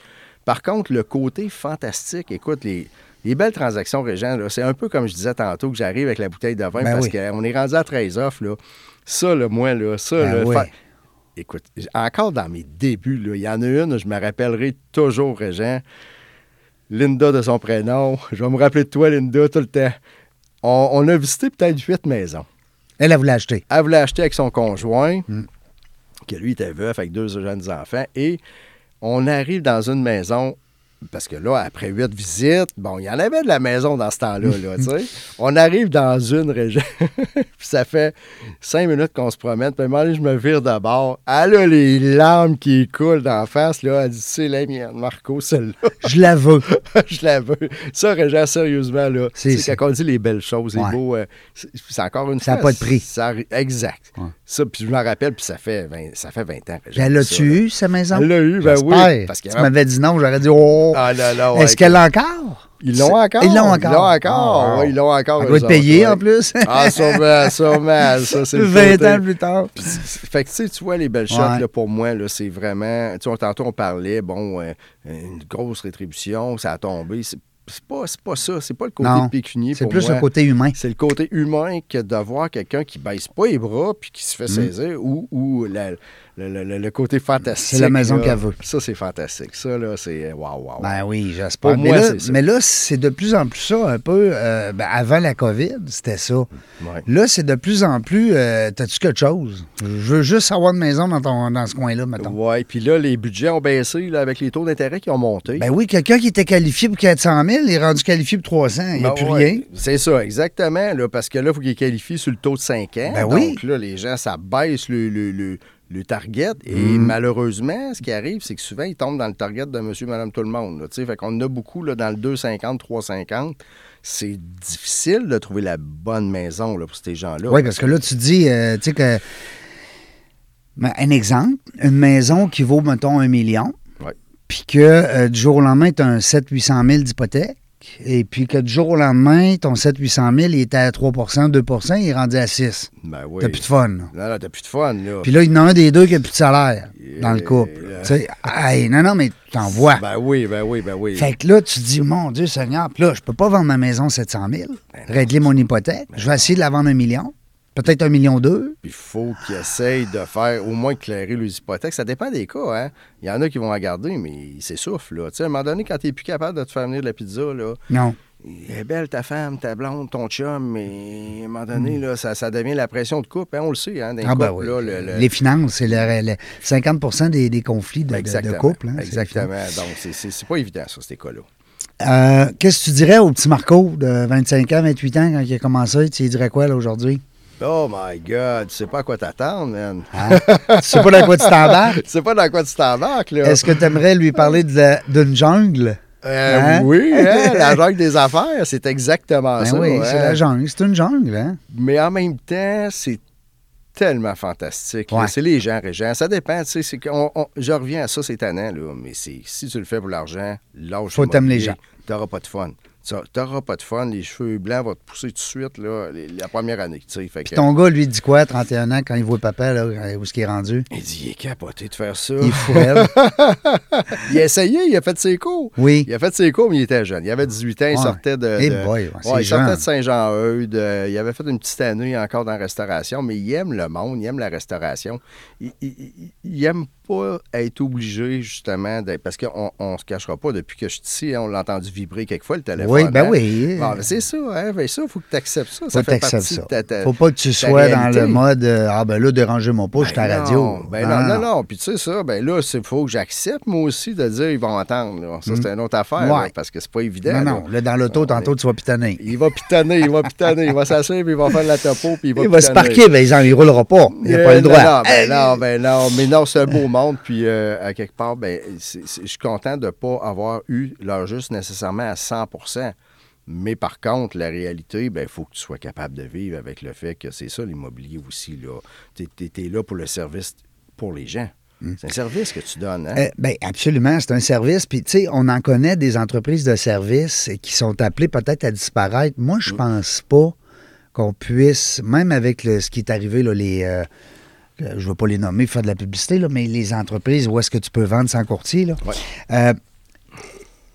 Par contre, le côté fantastique, écoute, les, les belles transactions, Régent, là, c'est un peu comme je disais tantôt que j'arrive avec la bouteille de vin Ben parce oui. qu'on est rendu à 13 offres. Là. Ça, là, moi, là, ça, Ben là, oui. fa- Écoute, j- encore dans mes débuts, là, il y en a une, je me rappellerai toujours, Régent. Linda de son prénom. Je vais me rappeler de toi, Linda, tout le temps. On, on a visité peut-être huit maisons. Elle, elle voulait acheter. Elle voulait acheter avec son conjoint, que lui était veuf avec deux jeunes enfants. Et on arrive dans une maison, parce que là, après huit visites, bon, il y en avait de la maison dans ce temps-là, là, tu sais. On arrive dans une région, puis ça fait cinq minutes qu'on se promène. Puis à un moment donné, je me vire d'abord. Elle a les larmes qui coulent d'en face, là. Elle dit, c'est la mienne, Marco, celle-là. Je la veux. je la veux. Ça, Régent, sérieusement, là, C'est c'est ça. quand on dit les belles choses, Ouais. les beaux. euh, c'est c'est encore une Ça a fois, pas de prix. ça arri- exact. Ça, puis je m'en rappelle, puis ça fait 20, ça fait 20 ans. Régent, Elle ça, là. l'a-tu eu, sa maison? Elle l'a eu, ben oui, J'espère. parce qu'il y tu avait- m'avais dit non, j'aurais dit oh. Ah, là, là, ouais, Est-ce écoute. qu'elle l'a encore? Ils l'ont C'est- encore. Ils l'ont encore. Ils l'ont encore. Ah, ouais, ils l'ont encore. Elle doit eux être autres, payée ouais. en plus. Ah, sûrement, sûrement. Ça, c'est le 20 côté. ans plus tard. Puis, c'est- c'est- fait que, tu sais, tu vois, les belles shots, Ouais. là, pour moi, là, c'est vraiment... Tu sais, on- tantôt, on parlait, bon, euh, une grosse rétribution, ça a tombé. C'est c'est pas, c'est pas ça. C'est pas le côté Non, pécunier C'est pour plus moi. Ah le côté humain. C'est le côté humain que de voir quelqu'un qui baisse pas les bras puis qui se Mm. fait saisir ou, ou la- le, le- le- le côté fantastique. C'est la maison là. qu'elle veut. Ça, c'est fantastique. Ça, là, c'est euh, waouh, waouh. Ben oui, j'espère. Pour Mais, moi, là- c'est ça. mais là, c'est de plus en plus ça, un peu. euh, ben, avant la COVID, c'était ça. Ouais. Là, c'est de plus en plus. euh, T'as-tu quelque chose? Je veux juste avoir une maison dans, ton, dans ce coin-là, mettons. Ouais, puis là, les budgets ont baissé là, avec les taux d'intérêt qui ont monté. Ben oui, quelqu'un qui était qualifié pour 400 000, 000 est rendu qualifié pour 300. Il n'y a Ben plus ouais, rien. C'est ça, exactement. là, parce que là, il faut qu'ils qualifient sur le taux de 5 ans. Ben donc oui. là, les gens, ça baisse le, le- le- le target. Et Mm. malheureusement, ce qui arrive, c'est que souvent, ils tombent dans le target de monsieur, madame, tout le monde. là, tu sais. fait qu'on en a beaucoup là, dans le 2,50, 3,50. C'est difficile de trouver la bonne maison là, pour ces gens-là. Oui, parce que là, tu dis, euh, tu sais que. Ben, Un exemple, une maison qui vaut, mettons, un million, Ouais. puis que euh, du jour au lendemain, tu as un 700-800 000 d'hypothèque, et puis que du jour au lendemain, ton 700-800 000, il était à 3 2 il est rendu à 6 Ben oui. T'as plus de fun. là. Non, non, t'as plus de fun. Là. Puis là, il y en a un des deux qui a plus de salaire dans le Euh, couple. euh, Tu sais, hey, non, non, mais t'en vois. Ben oui, ben oui, ben oui. Fait que là, tu te dis, mon Dieu Seigneur, puis là, je peux pas vendre ma maison 700 000, Ben régler mon hypothèque, je vais essayer de la vendre un million, peut-être un million deux. Il faut qu'ils essayent de faire au moins éclairer les hypothèques. Ça dépend des cas. Hein? Il y en a qui vont la garder, mais ils s'essoufflent. là. Tu sais, À un moment donné, quand tu n'es plus capable de te faire venir de la pizza, là, Non. elle est belle ta femme, ta blonde, ton chum, mais à un moment donné, là, ça, ça devient la pression de couple. hein, On le sait. Hein? Dans Hmm. Ah, ben couple, oui. là, le- le- Les finances, c'est le, le- 50 des, des conflits de, de- de, Exactement. couple. hein, c'est les finances. Exactement. Donc, c'est- c'est c'est pas évident, ça, ces cas-là. Euh, Qu'est-ce que tu dirais au petit Marco de 25 ans, 28 ans, quand il a commencé? Tu lui dirais quoi, là, aujourd'hui? Oh my God, tu sais pas à quoi t'attendre, man. Hein? tu sais pas dans quoi tu t'embarques? tu sais pas dans quoi tu t'embarques, là. Est-ce que tu aimerais lui parler de la- d'une jungle? Euh, Hein? Oui, hein, la jungle des affaires, c'est exactement Ben ça. oui, c'est hein. la jungle. C'est une jungle, hein? Mais en même temps, c'est tellement fantastique. là. Ouais. C'est les gens, Régent. Ça dépend. tu sais, c'est qu'on- on- je reviens à ça, c'est tannant, là, mais c'est si tu le fais pour l'argent, lâche Faut t'aimer les gens. Tu n'auras pas de fun. Tu n'auras pas de fun. Les cheveux blancs vont te pousser tout de suite là, les- la première année. tu sais. Fait Puis que- ton gars, lui, dit quoi, 31 ans, quand il voit papa, là, où est-ce qu'il est rendu? Il dit, il est capoté de faire ça. Il est fou, raide. Il a essayé, il a fait ses cours. Oui. Il a fait ses cours, mais il était jeune. Il avait 18 ans, il Ouais. sortait de. Eh de- boy, ouais, c'est ouais, il sortait jeune. de Saint-Jean-Eudes. euh, il avait fait une petite année encore dans la restauration, mais il aime le monde, il aime la restauration. Il, il- il- il aime pas être obligé, justement, d'être. Parce qu'on on se cachera pas, depuis que je suis ici, hein, on l'a entendu vibrer quelquefois le téléphone. Oui, ben hein. oui. Bon, ben, c'est ça, hein. Ben, ça, faut que tu acceptes ça. Faut ça que fait t'acceptes partie ça. de ta- ta- Faut pas que tu ta sois dans le réalité. mode euh, Ah ben là, dérangez-moi pas, je suis à la Ben radio. non, ben Ah, non, non, non. Puis tu sais ça, ben là, il faut que j'accepte moi aussi de dire ils vont entendre. là. Ça, c'est une autre affaire, Mm. Ouais. là, parce que c'est pas évident. Non, là. non, Là, dans l'auto, On tantôt, est- tu vas pitonner. Il va pitonner, il va pitonner, il va s'asseoir, puis il va faire de la topo, puis il va Il va se pitonner. parquer, ben ils en- il roulera pas. Il n'a Euh, pas le non, droit. Non, ben Hey! non, ben non. Mais non, c'est un beau monde. Puis, euh, à quelque part, ben, c'est- c'est- je suis content de ne pas avoir eu leur juste nécessairement à 100 Mais par contre, la réalité, il faut que tu sois capable de vivre avec le fait que c'est ça, l'immobilier aussi. Tu es, là pour le service pour les gens. Hum. C'est un service que tu donnes. hein? Euh, ben, absolument, c'est un service. Puis, tu sais, on en connaît des entreprises de services qui sont appelées peut-être à disparaître. Moi, Mm. je pense pas qu'on puisse, même avec le- ce qui est arrivé, là, les. euh, euh, je ne veux pas les nommer, faire de la publicité, là, mais les entreprises où est-ce que tu peux vendre sans courtier, là. Ouais. Euh,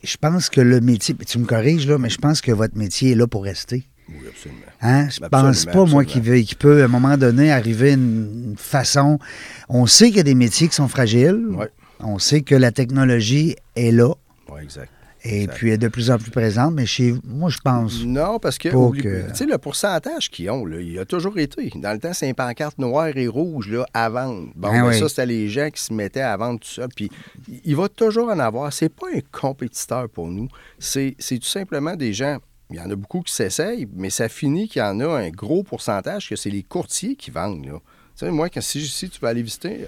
je pense que le métier, puis tu me corriges, là, mais je pense que votre métier est là pour rester. Oui, absolument. Hein? Je Absolument, pense pas, moi, absolument. qu'il veut- qu'il peut, à un moment donné, arriver une une façon. On sait qu'il y a des métiers qui sont fragiles. Ouais. On sait que la technologie est là Ouais, exact. et puis est de plus en plus présente, mais chez moi, je pense. Non, parce que, Pas oublie- que- tu sais, le pourcentage qu'ils ont, là, il a toujours été. Dans le temps, c'est une pancarte noire et rouge là, à vendre. Bon, Ah ben, oui. ça, c'était les gens qui se mettaient à vendre tout ça. Puis, il- il va toujours en avoir. C'est pas un compétiteur pour nous. C'est c'est tout simplement des gens. Il y en a beaucoup qui s'essayent, mais ça finit qu'il y en a un gros pourcentage que c'est les courtiers qui vendent. Là. Tu sais, moi, quand, si, si tu vas aller visiter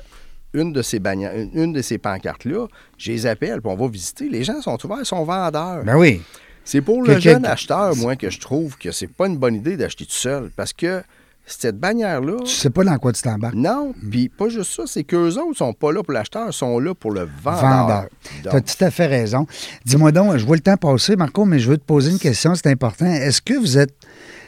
une de ces, bagna- une, une de ces pancartes-là, je les appelle, puis on va visiter. Les gens sont ouverts, ils sont vendeurs. Ben oui. C'est pour Que- le que- jeune acheteur, moi, que je trouve que c'est pas une bonne idée d'acheter tout seul. Parce que cette bannière-là. Tu sais Mm. pas dans quoi tu t'embarques. Non, puis pas juste ça, c'est qu'eux autres sont pas là pour l'acheteur, ils sont là pour le vendeur. Vendeur. Tu as Donc, tout à fait raison. Dis-moi donc, je vois le temps passer, Marco, mais je veux te poser une question, c'est important. Est-ce que vous êtes.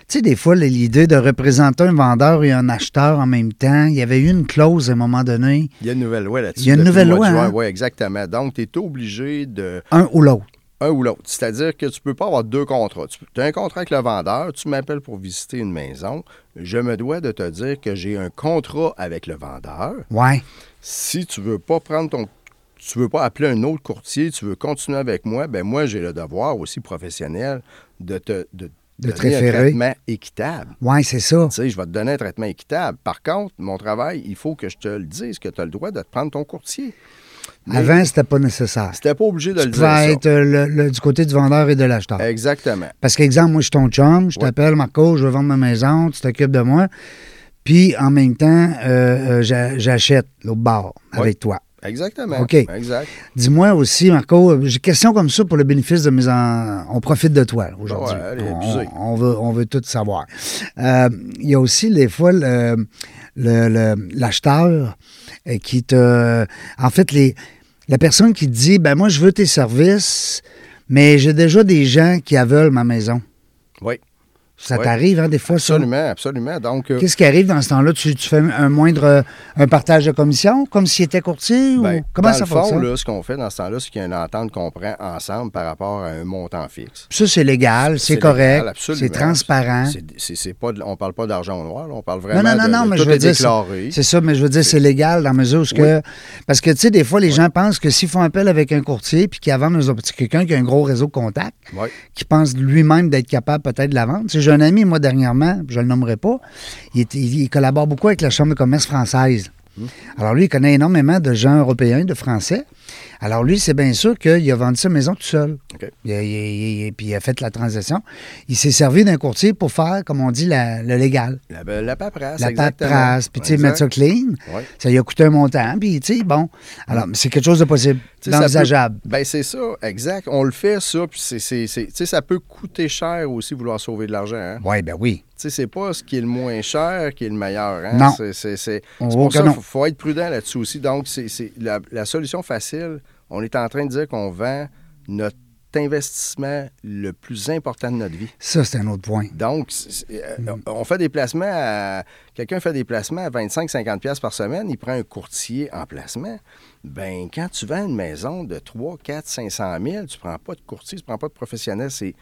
Tu sais, des fois, l'idée de représenter un vendeur et un acheteur en même temps, il y avait eu une clause à un moment donné, il y a une nouvelle loi là-dessus. Il y a une depuis le nouvelle mois de loi, juin. hein? Ouais, exactement. Donc, tu es obligé de un ou l'autre. un ou l'autre. C'est-à-dire que tu peux pas avoir deux contrats. Tu as un contrat avec le vendeur, tu m'appelles pour visiter une maison, je me dois de te dire que j'ai un contrat avec le vendeur. Ouais. si tu veux pas prendre ton tu veux pas appeler un autre courtier, tu veux continuer avec moi, ben moi j'ai le devoir aussi professionnel de te de De te donner référer. un traitement équitable. Oui, c'est ça. Tu sais, je vais te donner un traitement équitable. Par contre, mon travail, il faut que je te le dise que tu as le droit de te prendre ton courtier. Mais Avant, c'était pas nécessaire. C'était pas obligé de Tu le dire. ça. pouvais être euh, le- le- du côté du vendeur et de l'acheteur. Exactement. Parce qu'exemple, moi, je suis ton chum, je Ouais. t'appelle Marco, je veux vendre ma maison, tu t'occupes de moi. Puis en même temps, euh, euh, j'a- j'achète l'autre bar avec toi. Exactement. OK. Exact. Dis-moi aussi, Marco, euh, j'ai une question comme ça pour le bénéfice de mes en... On profite de toi là, aujourd'hui. Ouais, allez, abusez. on, on veut, on veut tout savoir. Euh, Il y a aussi des fois le- le- le- l'acheteur euh, qui te... En fait, les, la personne qui te dit, ben moi, je veux tes services, mais j'ai déjà des gens qui aveuglent ma maison. Oui. Ça Ouais. t'arrive, hein, des fois, ça? Absolument, absolument. Donc, euh, Qu'est-ce qui arrive dans ce temps-là? Tu, tu fais un moindre euh, un partage de commission, comme s'il était courtier? ben, ou comment dans ça le fond, fonctionne? là, ce qu'on fait dans ce temps-là, c'est qu'il y a une entente qu'on prend ensemble par rapport à un montant fixe. Ça, c'est légal, c'est correct, légal, absolument. c'est transparent. C'est- c'est- c'est pas de- on parle pas d'argent au noir, là, on parle Non, vraiment non, non, de, non, de mais tout je veux est dire, déclaré. c'est- c'est ça, mais je veux dire, c'est légal dans la mesure où ce que... Parce que, tu sais, des fois, les gens pensent que s'ils font appel avec un courtier puis qu'ils la vendent, eux autres, c'est quelqu'un qui a un gros réseau de contacts, Ouais. qui pense lui-même d'être capable peut-être de la vendre. Tu sais, J'ai un ami, moi, dernièrement, je le nommerai pas, il, est- il- il collabore beaucoup avec la Chambre de commerce française. Hmm. Alors lui, il connaît énormément de gens européens, de Français. Alors lui, c'est bien sûr qu'il a vendu sa maison tout seul. OK. Il a- il a- il a- puis il a fait la transaction. Il s'est servi d'un courtier pour faire, comme on dit, la- le légal. La, ben, la paperasse, La Ah, exactement. paperasse, puis tu sais, Exact. mettre ça clean. Ouais. Hmm. Ça lui a coûté un montant, puis tu sais, bon. Alors, c'est quelque chose de possible, Tu sais, ça peut- d'envisageable. Ben c'est ça, exact. On le fait ça, puis c'est, c'est- c'est- tu sais, ça peut coûter cher aussi vouloir sauver de l'argent. hein. Oui, ben oui. Tu sais, c'est pas ce qui est le moins cher qui est le meilleur. hein. Non. C'est, c'est- c'est- On c'est voit pour que ça non. faut, faut être prudent là-dessus aussi. Donc, c'est, c'est la, la solution facile, on est en train de dire qu'on vend notre investissement le plus important de notre vie. Ça, c'est un autre point. Donc, c'est- c'est- Mm. euh, on fait des placements à... Quelqu'un fait des placements à 25-50$ piastres par semaine, il prend un courtier en placement. Ben, quand tu vends une maison de 3, 4, 500 000, tu prends pas de courtier, tu prends pas de professionnel, c'est...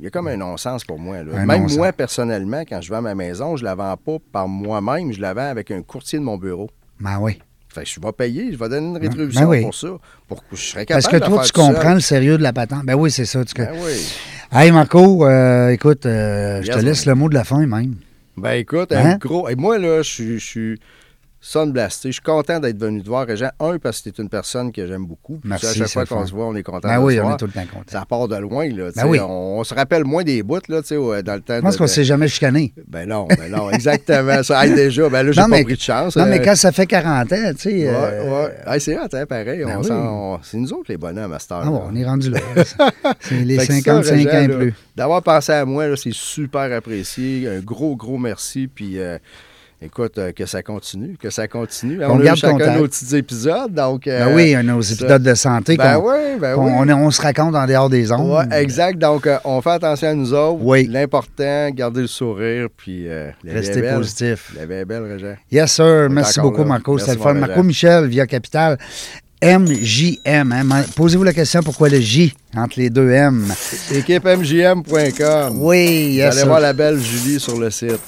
Il y a comme un non-sens pour moi. là. Un Même non-sens. moi, personnellement, quand je vends ma maison, je la vends pas par moi-même, je la vends avec un courtier de mon bureau. Ben oui. Fait que je vais payer, je vais donner une ben rétribution oui. pour ça. Pour que je serais capable Parce que de toi, faire tu tout seul. comprends le sérieux de la patente. Ben oui, c'est ça. Tu... Ben oui. Hey Marco, euh, écoute, euh, je Yes, te man. laisse le mot de la fin même. Ben écoute, Hein? un gros. Et moi, là, je suis- je suis sunblasté. Je suis content d'être venu te voir, Régent. Un, parce que tu es une personne que j'aime beaucoup. Puis Merci, ça, à chaque c'est fois le fun. qu'on se voit, on est content. Ben de oui, se on voir. est tout le temps content. Ça part de loin, là. tu Ben sais. oui. on, on se rappelle moins des bouts, là, tu sais, ouais, dans le temps. Je pense de- qu'on de- s'est jamais chicané. Ben non, ben non, exactement. ça aille déjà. Ben là, j'ai Non, pas mais- pris de chance. Non, euh, mais quand ça fait 40 ans, tu sais. Ouais, euh, ouais. Hey, c'est hot, hein, pareil. Ben on oui. s'en- on- C'est nous autres, les bonhommes, à cette heure. ah bon, là. on est rendu là. C'est les Fait que ça, 55 Régent, ans et là, plus. D'avoir pensé à moi, là, c'est super apprécié. Un gros, gros merci. Puis euh, écoute, euh, que ça continue, que ça continue. On a eu garde chacun contact. nos petits épisodes. Donc, Ben euh, oui, on a nos ça- épisodes de santé Ben qu'on- oui, ben qu'on- oui. on, on se raconte en dehors des ondes. Ouais, exact. Donc, euh, on fait attention à nous autres. Oui. L'important, garder le sourire, puis euh, la vie est Restez belle. positif. La vie est belle, Régent. Yes, sir. Merci encore beaucoup, là. Marco. Merci, C'est le fun. mon Marco Régent. Michel, via Capital. MJM. hein. Ma- Posez-vous la question pourquoi le J entre les deux M. Équipemjm.com. Oui, Vous yes, allez sir. voir la belle Julie sur le site.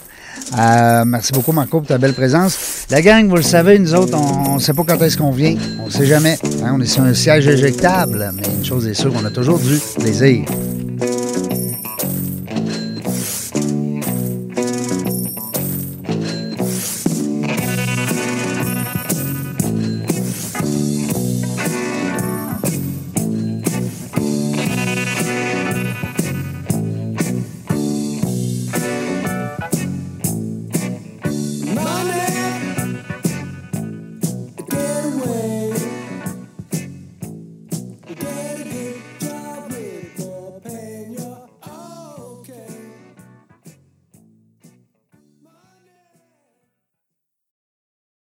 Euh, merci beaucoup, Marco, pour ta belle présence. La gang, vous le savez, nous autres, on ne sait pas quand est-ce qu'on vient. On ne sait jamais. hein, on est sur un siège éjectable, mais une chose est sûre, on a toujours du plaisir.